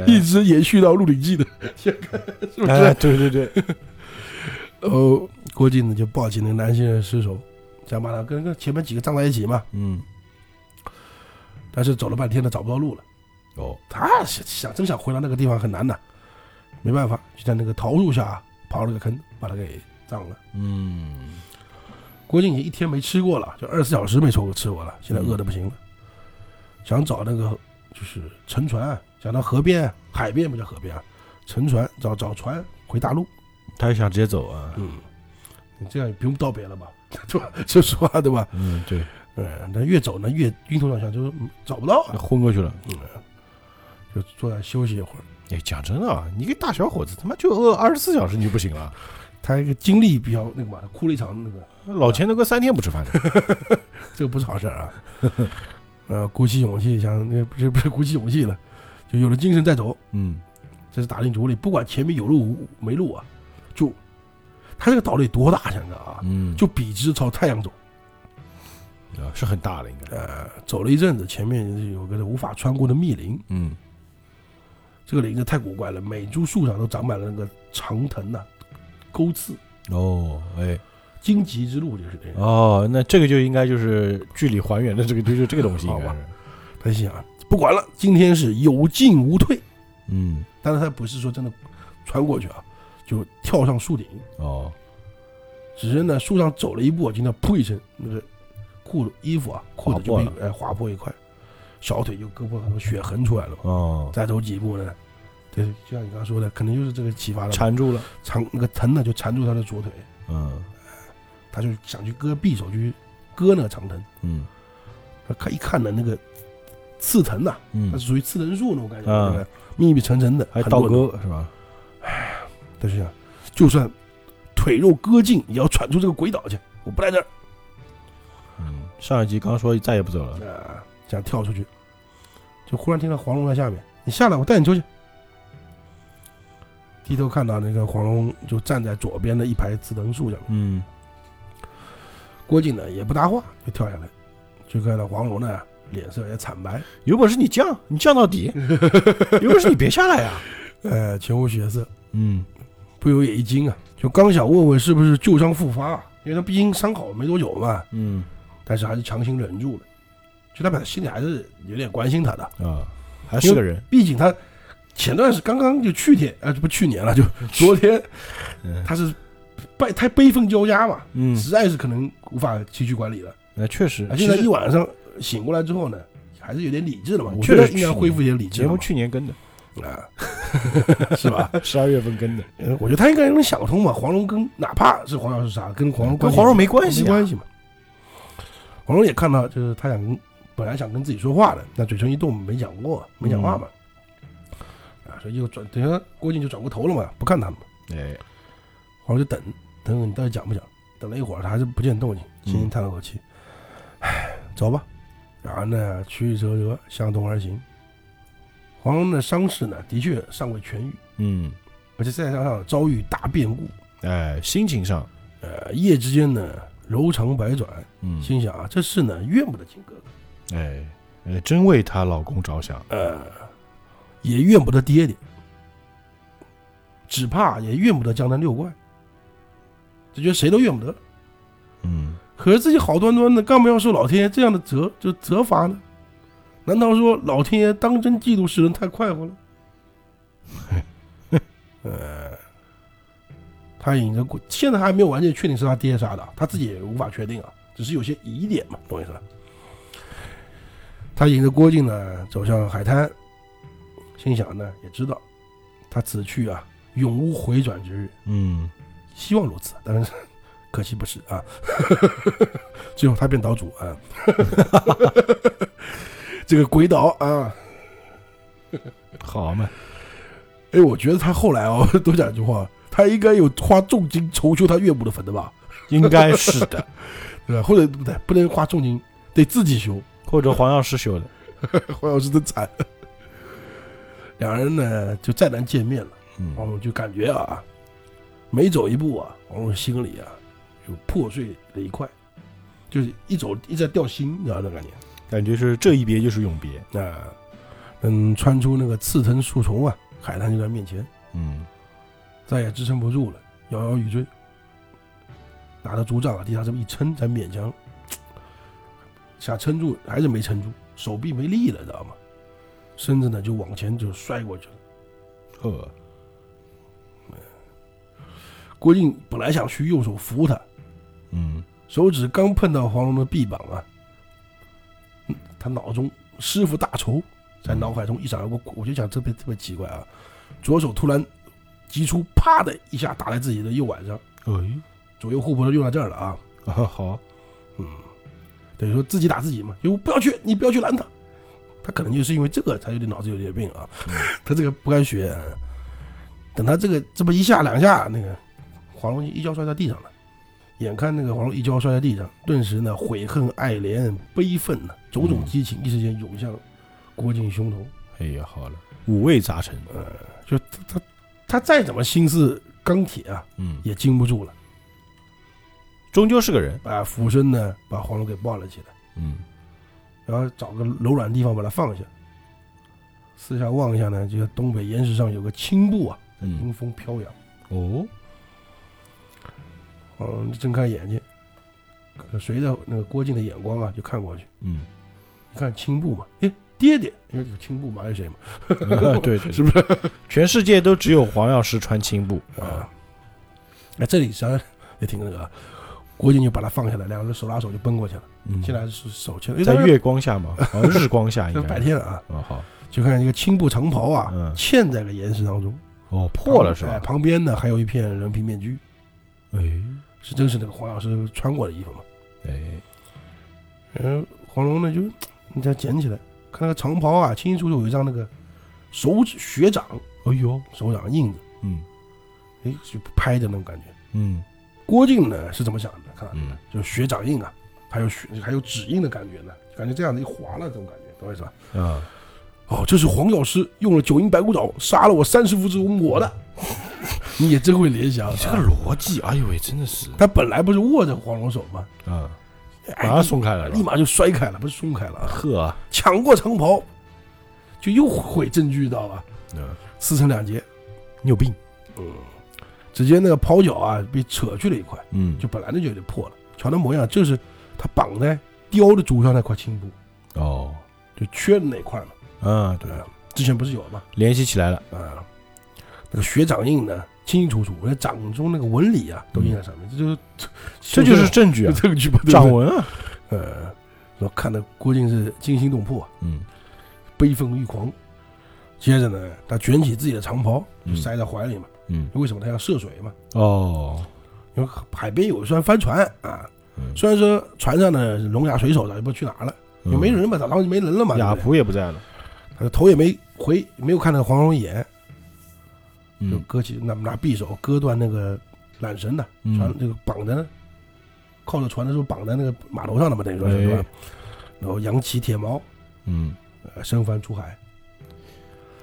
[SPEAKER 2] 一
[SPEAKER 1] 哎
[SPEAKER 2] 直延续到《鹿 鼎记》的，是不
[SPEAKER 1] 哎，
[SPEAKER 2] 是？
[SPEAKER 1] 对对对，
[SPEAKER 2] 哦，郭靖呢就抱起那个南星人尸首，想把他跟跟前面几个葬在一起嘛，
[SPEAKER 1] 嗯，
[SPEAKER 2] 但是走了半天呢找不到路了，
[SPEAKER 1] 哦，
[SPEAKER 2] 他想想真想回到那个地方很难呐，没办法，就在那个桃树下啊刨了个坑，把他给葬了。
[SPEAKER 1] 嗯，
[SPEAKER 2] 郭靖也一天没吃过了，就二十四小时没吃过吃过了，现在饿的不行了，想找那个就是乘船啊，想到河边啊、海边不叫河边啊，乘船找找船回大陆。
[SPEAKER 1] 他就想直接走啊。
[SPEAKER 2] 嗯，你这样也不用道别了吧， 对吧？说实话，对吧？
[SPEAKER 1] 嗯，对，
[SPEAKER 2] 嗯，但越走呢越晕头转向，就是嗯找不到啊，
[SPEAKER 1] 昏过去了。
[SPEAKER 2] 嗯，就坐那休息一会儿。
[SPEAKER 1] 哎，讲真的啊，你一个大小伙子，他妈就饿二十四小时你就不行了。
[SPEAKER 2] 他一个经历比较那个嘛，哭了一场那个，
[SPEAKER 1] 老钱都快三天不吃 饭了。
[SPEAKER 2] 这个不是好事儿啊。呃，鼓起勇气想，那不是不是鼓起勇气了，就有了精神再走。
[SPEAKER 1] 嗯，
[SPEAKER 2] 这是打定主意，不管前面有路没路啊，就他这个岛垒多大，想想啊，
[SPEAKER 1] 嗯，
[SPEAKER 2] 就笔直朝太阳走。
[SPEAKER 1] 啊是很大了，应该。
[SPEAKER 2] 呃，走了一阵子，前面有个无法穿过的密林，
[SPEAKER 1] 嗯，
[SPEAKER 2] 这个林子太古怪了，每株树上都长满了那个长藤呐、钩刺，
[SPEAKER 1] 哦，哎，
[SPEAKER 2] 荆棘之路就是这个。
[SPEAKER 1] 哦，那这个就应该就是剧里还原的这个，就是这个东西应该
[SPEAKER 2] 好
[SPEAKER 1] 是。
[SPEAKER 2] 他心想啊，不管了，今天是有进无退，
[SPEAKER 1] 嗯，
[SPEAKER 2] 但是他不是说真的穿过去啊，就跳上树顶，
[SPEAKER 1] 哦，
[SPEAKER 2] 只是呢树上走了一步，经常噗一声，那个裤子衣服啊裤子就
[SPEAKER 1] 划破
[SPEAKER 2] 被
[SPEAKER 1] 了
[SPEAKER 2] 哎划破一块，小腿就胳膊很多血痕出来了嘛。
[SPEAKER 1] 哦，
[SPEAKER 2] 再走几步呢，对，就像你刚刚说的，可能就是这个启发了吧，
[SPEAKER 1] 缠住了，
[SPEAKER 2] 缠那个藤呢就缠住他的左腿，
[SPEAKER 1] 嗯
[SPEAKER 2] 他就想去割匕首去割那个长藤，
[SPEAKER 1] 嗯
[SPEAKER 2] 他看一看呢那个刺藤呐、
[SPEAKER 1] 嗯
[SPEAKER 2] 它，是属于刺藤树那种感觉，
[SPEAKER 1] 嗯
[SPEAKER 2] 对不对密密层层的，
[SPEAKER 1] 还
[SPEAKER 2] 很
[SPEAKER 1] 倒
[SPEAKER 2] 多的。
[SPEAKER 1] 戈是吧？
[SPEAKER 2] 他就想，就算腿肉割尽，也要喘出这个鬼岛去，我不在这儿。
[SPEAKER 1] 嗯，上一集刚说再也不走了，
[SPEAKER 2] 啊，想跳出去，就忽然听到黄蓉在下面，你下来，我带你出去。低头看到那个黄蓉就站在左边的一排紫藤树上面，
[SPEAKER 1] 嗯
[SPEAKER 2] 郭靖呢也不搭话，就跳下来，就看到黄蓉呢脸色也惨白，
[SPEAKER 1] 有本事你降，你降到 底，有本事你别下来呀、啊
[SPEAKER 2] 呃，全无血色，
[SPEAKER 1] 嗯
[SPEAKER 2] 不由也一惊啊，就刚想问问是不是旧伤复发、啊，因为他毕竟伤好没多久嘛，
[SPEAKER 1] 嗯
[SPEAKER 2] 但是还是强行忍住了，就他本来心里还是有点关心他的，
[SPEAKER 1] 啊，还是个人，
[SPEAKER 2] 毕竟他前段是刚刚就去天啊，这不去年了，就昨天
[SPEAKER 1] 嗯
[SPEAKER 2] 他是悲太悲愤交加嘛，
[SPEAKER 1] 嗯，
[SPEAKER 2] 实在是可能无法崎岖管理了。
[SPEAKER 1] 那哎确实，
[SPEAKER 2] 啊，
[SPEAKER 1] 其
[SPEAKER 2] 现在一
[SPEAKER 1] 实
[SPEAKER 2] 晚上醒过来之后呢，还是有点理智了嘛，我
[SPEAKER 1] 确实
[SPEAKER 2] 觉得
[SPEAKER 1] 去
[SPEAKER 2] 应该恢复一点理智
[SPEAKER 1] 节
[SPEAKER 2] 了
[SPEAKER 1] 目
[SPEAKER 2] 嘛
[SPEAKER 1] 去年更的，
[SPEAKER 2] 啊， 是吧？
[SPEAKER 1] 十二月份更的，
[SPEAKER 2] 呃我觉得他应该能想通嘛，黄蓉跟哪怕是黄药师杀，跟黄蓉
[SPEAKER 1] 跟
[SPEAKER 2] 关系
[SPEAKER 1] 黄蓉没关系、
[SPEAKER 2] 没
[SPEAKER 1] 啊，
[SPEAKER 2] 关系嘛。黄蓉也看到，就是他想跟本来想跟自己说话的，但嘴唇一动没讲过，没讲话嘛。
[SPEAKER 1] 嗯
[SPEAKER 2] 啊，所以就转，等一下郭靖就转过头了嘛，不看他们嘛。
[SPEAKER 1] 哎，
[SPEAKER 2] 黄蓉就等，等等你到底讲不讲？等了一会儿，他还是不见动静，轻轻叹了口气，
[SPEAKER 1] 嗯
[SPEAKER 2] 唉，走吧。然后呢，曲曲折折向东而行。黄蓉的伤势呢，的确尚未痊愈，
[SPEAKER 1] 嗯，
[SPEAKER 2] 而且再加上遭遇大变故，
[SPEAKER 1] 哎，心情上，
[SPEAKER 2] 呃，一夜之间呢，柔肠百转，
[SPEAKER 1] 嗯，
[SPEAKER 2] 心想啊，这事呢怨不得靖哥哥，
[SPEAKER 1] 哎，哎，真为她老公着想，
[SPEAKER 2] 呃，也怨不得爹爹，只怕也怨不得江南六怪，就觉得谁都怨不得。
[SPEAKER 1] 嗯
[SPEAKER 2] 可是自己好端端的，干嘛要受老天爷这样的责就责罚呢？难道说老天爷当真嫉妒世人太快活了？呃，他引着过，现在还没有完全确定是他爹杀的啊，他自己也无法确定啊，只是有些疑点嘛，懂我意思吧？他引着郭靖呢走向海滩，心想呢也知道，他此去啊永无回转之日，
[SPEAKER 1] 嗯，
[SPEAKER 2] 希望如此，但是可惜不是啊。 最后他变岛主啊， 这个鬼岛啊，
[SPEAKER 1] 好嘛，
[SPEAKER 2] 哎，我觉得他后来哦， 多讲一句话，他应该有花重金重修他岳母的坟的吧？
[SPEAKER 1] 应该是 的，
[SPEAKER 2] 对吧？或者不对，不能花重金，得自己修，
[SPEAKER 1] 或者黄药师修的，
[SPEAKER 2] 黄药师真惨。两人呢就再难见面了，黄
[SPEAKER 1] 嗯
[SPEAKER 2] 蓉就感觉啊，每走一步啊，黄蓉心里啊就破碎了一块，就是一走一直在掉心，你知道那感觉。
[SPEAKER 1] 感觉是这一别就是永别，
[SPEAKER 2] 那、嗯，穿出那个刺藤树丛啊，海滩就在面前，
[SPEAKER 1] 嗯
[SPEAKER 2] 再也支撑不住了，摇摇欲坠，拿着竹杖啊，地下这么一撑，才勉强想撑住，还是没撑住，手臂没力了，知道吗？身子呢就往前就摔过去了。
[SPEAKER 1] 呵，
[SPEAKER 2] 郭靖本来想去右手扶他，
[SPEAKER 1] 嗯
[SPEAKER 2] 手指刚碰到黄蓉的臂膀啊，嗯他脑中师傅大仇在脑海中一闪而过。我就想特别特别奇怪啊，左手突然急出，啪的一下打在自己的右腕上，
[SPEAKER 1] 哎，
[SPEAKER 2] 左右互搏的用在这儿了啊。
[SPEAKER 1] 啊 好，
[SPEAKER 2] 等于说自己打自己嘛，就不要去，你不要去拦他。他可能就是因为这个才有点脑子有点病啊，他这个不该学。啊等他这个这么一下两下，那个黄蓉一跤摔在地上了。眼看那个黄蓉一跤摔在地上，顿时呢悔恨、爱怜、悲愤呢，种种激情一时间涌向郭靖胸头。
[SPEAKER 1] 哎
[SPEAKER 2] 呃
[SPEAKER 1] 呀好了，五味杂陈，
[SPEAKER 2] 就他他他再怎么心似钢铁啊，
[SPEAKER 1] 嗯，
[SPEAKER 2] 也经不住了
[SPEAKER 1] 终究是个人，
[SPEAKER 2] 啊！俯身呢把黄蓉给抱了起来。
[SPEAKER 1] 嗯
[SPEAKER 2] 然后找个柔软地方把它放下。四下望一下呢，这个东北岩石上有个青布啊，迎
[SPEAKER 1] 嗯
[SPEAKER 2] 风飘扬。
[SPEAKER 1] 哦，
[SPEAKER 2] 嗯，睁开眼睛，可随着那个郭靖的眼光啊，就看过去，
[SPEAKER 1] 嗯，
[SPEAKER 2] 一看青布嘛，哎，爹爹，因为有青布嘛，还有谁嘛，
[SPEAKER 1] 对对，
[SPEAKER 2] 是不是？
[SPEAKER 1] 全世界都只有黄药师穿青布
[SPEAKER 2] 啊，哎，这里实际上也挺那个，啊郭靖就把他放下来，两个人手拉手就奔过去了。
[SPEAKER 1] 嗯，
[SPEAKER 2] 现在是手牵，因为哎
[SPEAKER 1] 在
[SPEAKER 2] 当时
[SPEAKER 1] 月光下 嘛，好像日光下
[SPEAKER 2] 这
[SPEAKER 1] 应
[SPEAKER 2] 白
[SPEAKER 1] 该。
[SPEAKER 2] 天了啊，
[SPEAKER 1] 哦，好，
[SPEAKER 2] 就看一个青布长袍啊，
[SPEAKER 1] 嗯
[SPEAKER 2] 嵌在个岩石当中，
[SPEAKER 1] 哦，破了是
[SPEAKER 2] 哎，
[SPEAKER 1] 吧？
[SPEAKER 2] 旁边呢还有一片人皮面具，
[SPEAKER 1] 哎
[SPEAKER 2] 是正是那个黄药师穿过的衣服嘛。
[SPEAKER 1] 哎，
[SPEAKER 2] 嗯，黄蓉呢就你再捡起来，看那个长袍啊，清清楚楚有一张那个手指血掌，
[SPEAKER 1] 哎呦，
[SPEAKER 2] 手掌印子，
[SPEAKER 1] 嗯
[SPEAKER 2] 哎，就拍的那种感觉。
[SPEAKER 1] 嗯
[SPEAKER 2] 郭靖呢是怎么想的？看到没
[SPEAKER 1] 嗯，
[SPEAKER 2] 就是血掌印啊，还有血还有指印的感觉呢，感觉这样子一划了，这种感觉，懂我意思吧？
[SPEAKER 1] 啊，
[SPEAKER 2] 哦，这是黄药师用了九阴白骨爪杀了我三十伏之红我的， 你也真会联想、
[SPEAKER 1] 你这个
[SPEAKER 2] 啊。
[SPEAKER 1] 逻辑，哎呦喂，真的是
[SPEAKER 2] 他本来不是握着黄蓉手吗？
[SPEAKER 1] 啊，
[SPEAKER 2] 哎
[SPEAKER 1] 马上松开了，
[SPEAKER 2] 立马就摔开了，不是松开了啊，
[SPEAKER 1] 呵啊，
[SPEAKER 2] 抢过长袍，就又毁证据，知道吧？
[SPEAKER 1] 嗯
[SPEAKER 2] 撕成两截，
[SPEAKER 1] 你有病，
[SPEAKER 2] 直接那个袍角啊被扯去了一块，
[SPEAKER 1] 嗯
[SPEAKER 2] 就本来那就有点破了。瞧那模样，就是他绑在雕的竹上那块青布，
[SPEAKER 1] 哦，
[SPEAKER 2] 就缺的那块嘛。
[SPEAKER 1] 嗯，
[SPEAKER 2] 对啊，之前不是有吗？
[SPEAKER 1] 联系起来了，
[SPEAKER 2] 啊，那个血掌印呢，清清楚楚，那掌中那个纹理啊，都印在上面，这就是
[SPEAKER 1] 嗯这就是证 据啊，
[SPEAKER 2] 证据吧？对不对
[SPEAKER 1] 掌。纹啊，
[SPEAKER 2] 呃，我看的郭靖是惊心动魄啊，
[SPEAKER 1] 嗯
[SPEAKER 2] 悲愤欲狂。接着呢，他卷起自己的长袍，就
[SPEAKER 1] 嗯
[SPEAKER 2] 塞在怀里嘛。
[SPEAKER 1] 嗯，
[SPEAKER 2] 为什么他要涉水嘛？
[SPEAKER 1] 哦，
[SPEAKER 2] 因为海边有一艘帆船啊，
[SPEAKER 1] 嗯
[SPEAKER 2] 虽然说船上的龙牙水手早就不知道去哪了，也没
[SPEAKER 1] 嗯，
[SPEAKER 2] 人嘛，早上就没人了嘛。
[SPEAKER 1] 雅
[SPEAKER 2] 对不对
[SPEAKER 1] 普也不在了，
[SPEAKER 2] 他头也没回，没有看到黄蓉一眼，就
[SPEAKER 1] 嗯
[SPEAKER 2] 割起拿拿匕首割断那个缆绳的，船
[SPEAKER 1] 嗯，
[SPEAKER 2] 这个绑在那靠着船的时候绑在那个码头上了嘛，等于说是对吧
[SPEAKER 1] 哎？
[SPEAKER 2] 然后扬起铁锚，
[SPEAKER 1] 嗯，
[SPEAKER 2] 呃，升帆出海。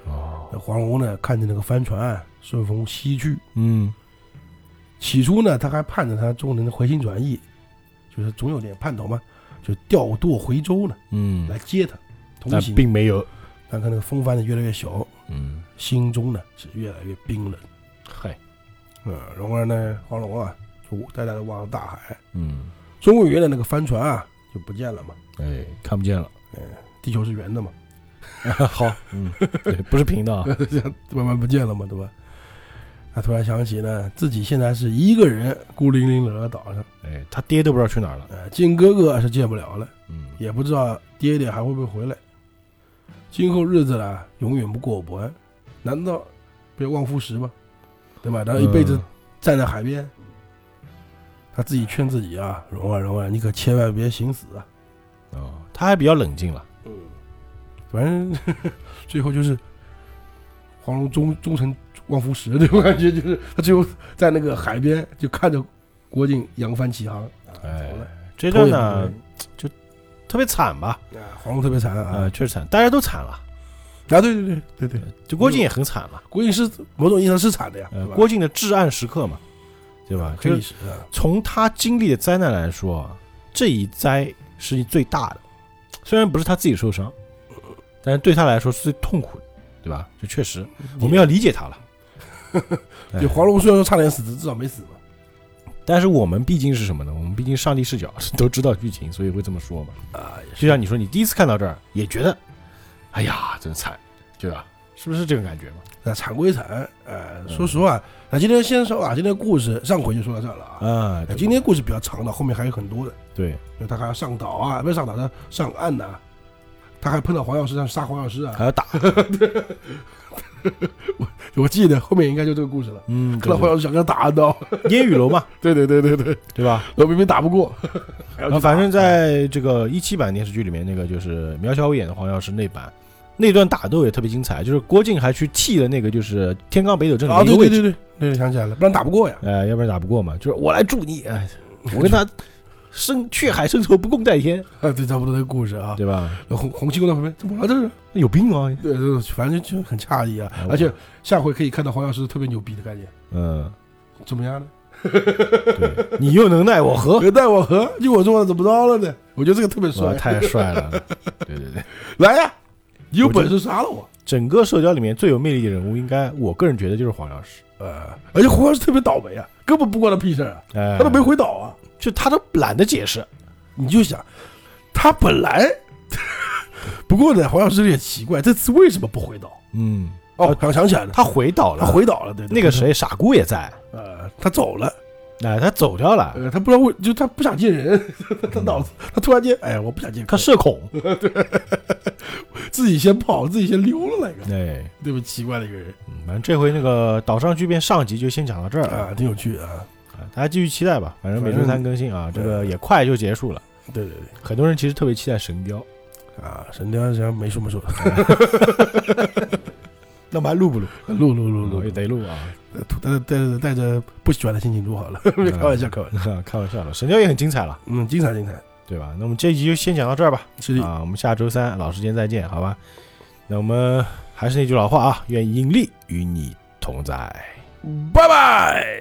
[SPEAKER 1] 哦，
[SPEAKER 2] 那黄蓉呢，看见那个帆船啊顺风西去，
[SPEAKER 1] 嗯
[SPEAKER 2] 起初呢，他还盼着他终能回心转意，就是总有点盼头嘛，就调舵回舟呢，
[SPEAKER 1] 嗯，
[SPEAKER 2] 来接他同
[SPEAKER 1] 但
[SPEAKER 2] 行。
[SPEAKER 1] 并没有，
[SPEAKER 2] 但看那个风帆呢越来越小，
[SPEAKER 1] 嗯，
[SPEAKER 2] 心中呢是越来越冰冷。
[SPEAKER 1] 嗨，
[SPEAKER 2] 嗯，然而呢，黄蓉啊就呆呆的望着大海，
[SPEAKER 1] 嗯，
[SPEAKER 2] 终于呢那个帆船啊就不见了嘛，
[SPEAKER 1] 哎，看不见 了，
[SPEAKER 2] 地球是圆的嘛。
[SPEAKER 1] 好，嗯，对，不是平的 啊，
[SPEAKER 2] 慢慢不见了嘛，对吧？他突然想起呢，自己现在是一个人孤零零的在岛上，
[SPEAKER 1] 哎，他爹都不知道去哪儿了，
[SPEAKER 2] 呃，靖哥哥是见不了了，
[SPEAKER 1] 嗯，
[SPEAKER 2] 也不知道爹爹还会不会回来。今后日子呢，永远不过不安，难道被望夫石吗？对吧？然后一辈
[SPEAKER 1] 嗯
[SPEAKER 2] 子站在海边，他自己劝自己啊，蓉儿蓉儿，你可千万别寻死啊！
[SPEAKER 1] 嗯哦，他还比较冷静了，
[SPEAKER 2] 嗯，反正 最后就是黄蓉忠忠诚望夫石，对我感觉就是他最后在那个海边就看着郭靖扬帆起航，啊
[SPEAKER 1] 哎
[SPEAKER 2] 走了。
[SPEAKER 1] 这
[SPEAKER 2] 头
[SPEAKER 1] 段
[SPEAKER 2] 也
[SPEAKER 1] 呢
[SPEAKER 2] 不
[SPEAKER 1] 特别惨吧？
[SPEAKER 2] 回啊，黄蓉特别惨啊
[SPEAKER 1] 啊，确实惨，大家都惨了，
[SPEAKER 2] 啊！对对对对对，
[SPEAKER 1] 就郭靖也很惨了，
[SPEAKER 2] 郭靖是某种意义嗯上是惨的呀，
[SPEAKER 1] 呃
[SPEAKER 2] 对，吧
[SPEAKER 1] 郭靖的至暗时刻嘛，对吧？这
[SPEAKER 2] 黑历
[SPEAKER 1] 个
[SPEAKER 2] 史啊，
[SPEAKER 1] 从他经历的灾难来说啊，这一灾是最大的，虽然不是他自己受伤，但是对他来说是最痛苦的，对吧？这确实，我们要理解他 了。哎
[SPEAKER 2] 对黄蓉虽然说差点死，至少没死嘛。
[SPEAKER 1] 但是我们毕竟是什么呢？我们毕竟上帝视角都知道剧情，所以会这么说嘛。
[SPEAKER 2] 啊，也
[SPEAKER 1] 就像你说，你第一次看到这儿也觉得，哎呀，真惨，对吧？是不是这个感觉嘛？
[SPEAKER 2] 那惨归哎惨，
[SPEAKER 1] 嗯
[SPEAKER 2] 呃，说实话，那今天先说啊，今天故事上回就说到这儿了啊。
[SPEAKER 1] 啊，
[SPEAKER 2] 哎
[SPEAKER 1] 对
[SPEAKER 2] 今天故事比较长的，后面还有很多的。
[SPEAKER 1] 对，
[SPEAKER 2] 就他还要上岛啊，不是上岛，他上岸呐、他还碰到黄药师，让杀黄药师啊！
[SPEAKER 1] 还要打，
[SPEAKER 2] 我记得后面应该就这个故事了。
[SPEAKER 1] 嗯，
[SPEAKER 2] 看到黄
[SPEAKER 1] 对
[SPEAKER 2] 药师想跟他打一刀，
[SPEAKER 1] 对烟雨楼嘛，
[SPEAKER 2] 对对对对对，
[SPEAKER 1] 对吧？
[SPEAKER 2] 然后明明打不过，还要
[SPEAKER 1] 然
[SPEAKER 2] 去
[SPEAKER 1] 后呃
[SPEAKER 2] 打
[SPEAKER 1] 反正在这个一七版电视剧里面，那个就是苗小伟演的黄药师那版，那段打斗也特别精彩，就是郭靖还去替了那个就是天罡北斗阵里
[SPEAKER 2] 啊，
[SPEAKER 1] 面一
[SPEAKER 2] 对
[SPEAKER 1] 个位置，
[SPEAKER 2] 对对对对，想起来了，不然打不过呀。
[SPEAKER 1] 呃，要不然打不过嘛，就是我来助你，哎，我跟他生血海深仇不共戴天，
[SPEAKER 2] 啊，对，差不多这个故事啊。
[SPEAKER 1] 对吧？
[SPEAKER 2] 然后红红七公在旁边，怎么了这是？
[SPEAKER 1] 那有病啊，
[SPEAKER 2] 对，对反正就很诧异啊
[SPEAKER 1] 哎。
[SPEAKER 2] 而且下回可以看到黄药师特别牛逼的概念，
[SPEAKER 1] 嗯，
[SPEAKER 2] 怎么样呢？
[SPEAKER 1] 对你又能奈我 何？
[SPEAKER 2] 何待我何？就我做了，怎么着了呢？我觉得这个特别
[SPEAKER 1] 哦哇，
[SPEAKER 2] 帅。
[SPEAKER 1] 太帅 了，对对对，
[SPEAKER 2] 来呀，你有
[SPEAKER 1] 我觉
[SPEAKER 2] 本
[SPEAKER 1] 得
[SPEAKER 2] 事杀了我！
[SPEAKER 1] 整个社交里面最有魅力的人物，应该我个人觉得就是黄药师，
[SPEAKER 2] 呃，而且黄药师特别倒霉啊，根本不关他屁事儿啊。
[SPEAKER 1] 哎，
[SPEAKER 2] 他都没回岛啊。
[SPEAKER 1] 就他都懒得解释，
[SPEAKER 2] 你就想，他本来， 不过呢，黄药师也奇怪，这次为什么不回岛？
[SPEAKER 1] 嗯，
[SPEAKER 2] 哦，想想起来了，
[SPEAKER 1] 他回岛
[SPEAKER 2] 他
[SPEAKER 1] 了，
[SPEAKER 2] 回岛了，对，对
[SPEAKER 1] 那个，谁傻姑也在。
[SPEAKER 2] 对呃，他走了，
[SPEAKER 1] 哎，他走掉了，
[SPEAKER 2] 呃，他不知道为，就他不想见人， 他他脑子，他突然间，哎，我不想见
[SPEAKER 1] 他
[SPEAKER 2] 客户，
[SPEAKER 1] 社恐，
[SPEAKER 2] 自己先跑，自己先溜了那个，
[SPEAKER 1] 哎，
[SPEAKER 2] 对不？奇怪的一个人
[SPEAKER 1] 嗯反正这回那个岛上巨变上集就先讲到这儿啊，
[SPEAKER 2] 啊，挺有趣啊，
[SPEAKER 1] 大家继续期待吧，反正每周三更新啊，这
[SPEAKER 2] 正
[SPEAKER 1] 个也快就结束了。
[SPEAKER 2] 对对对，
[SPEAKER 1] 很多人其实特别期待神雕，
[SPEAKER 2] 啊，神雕侠没什么说，
[SPEAKER 1] 那我们还录不录？
[SPEAKER 2] 录录录
[SPEAKER 1] 录也
[SPEAKER 2] 录，
[SPEAKER 1] 得录啊，
[SPEAKER 2] 带带着带着不喜欢的心情录好了，别开玩笑，开玩笑，
[SPEAKER 1] 开玩笑了，神雕也很精彩了，
[SPEAKER 2] 嗯，精彩精彩，
[SPEAKER 1] 对吧？那我们这一集就先讲到这儿吧，
[SPEAKER 2] 是的，
[SPEAKER 1] 啊，我们下周三老时间再见，好吧？那我们还是那句老话啊，愿引力与你同在。
[SPEAKER 2] 拜拜。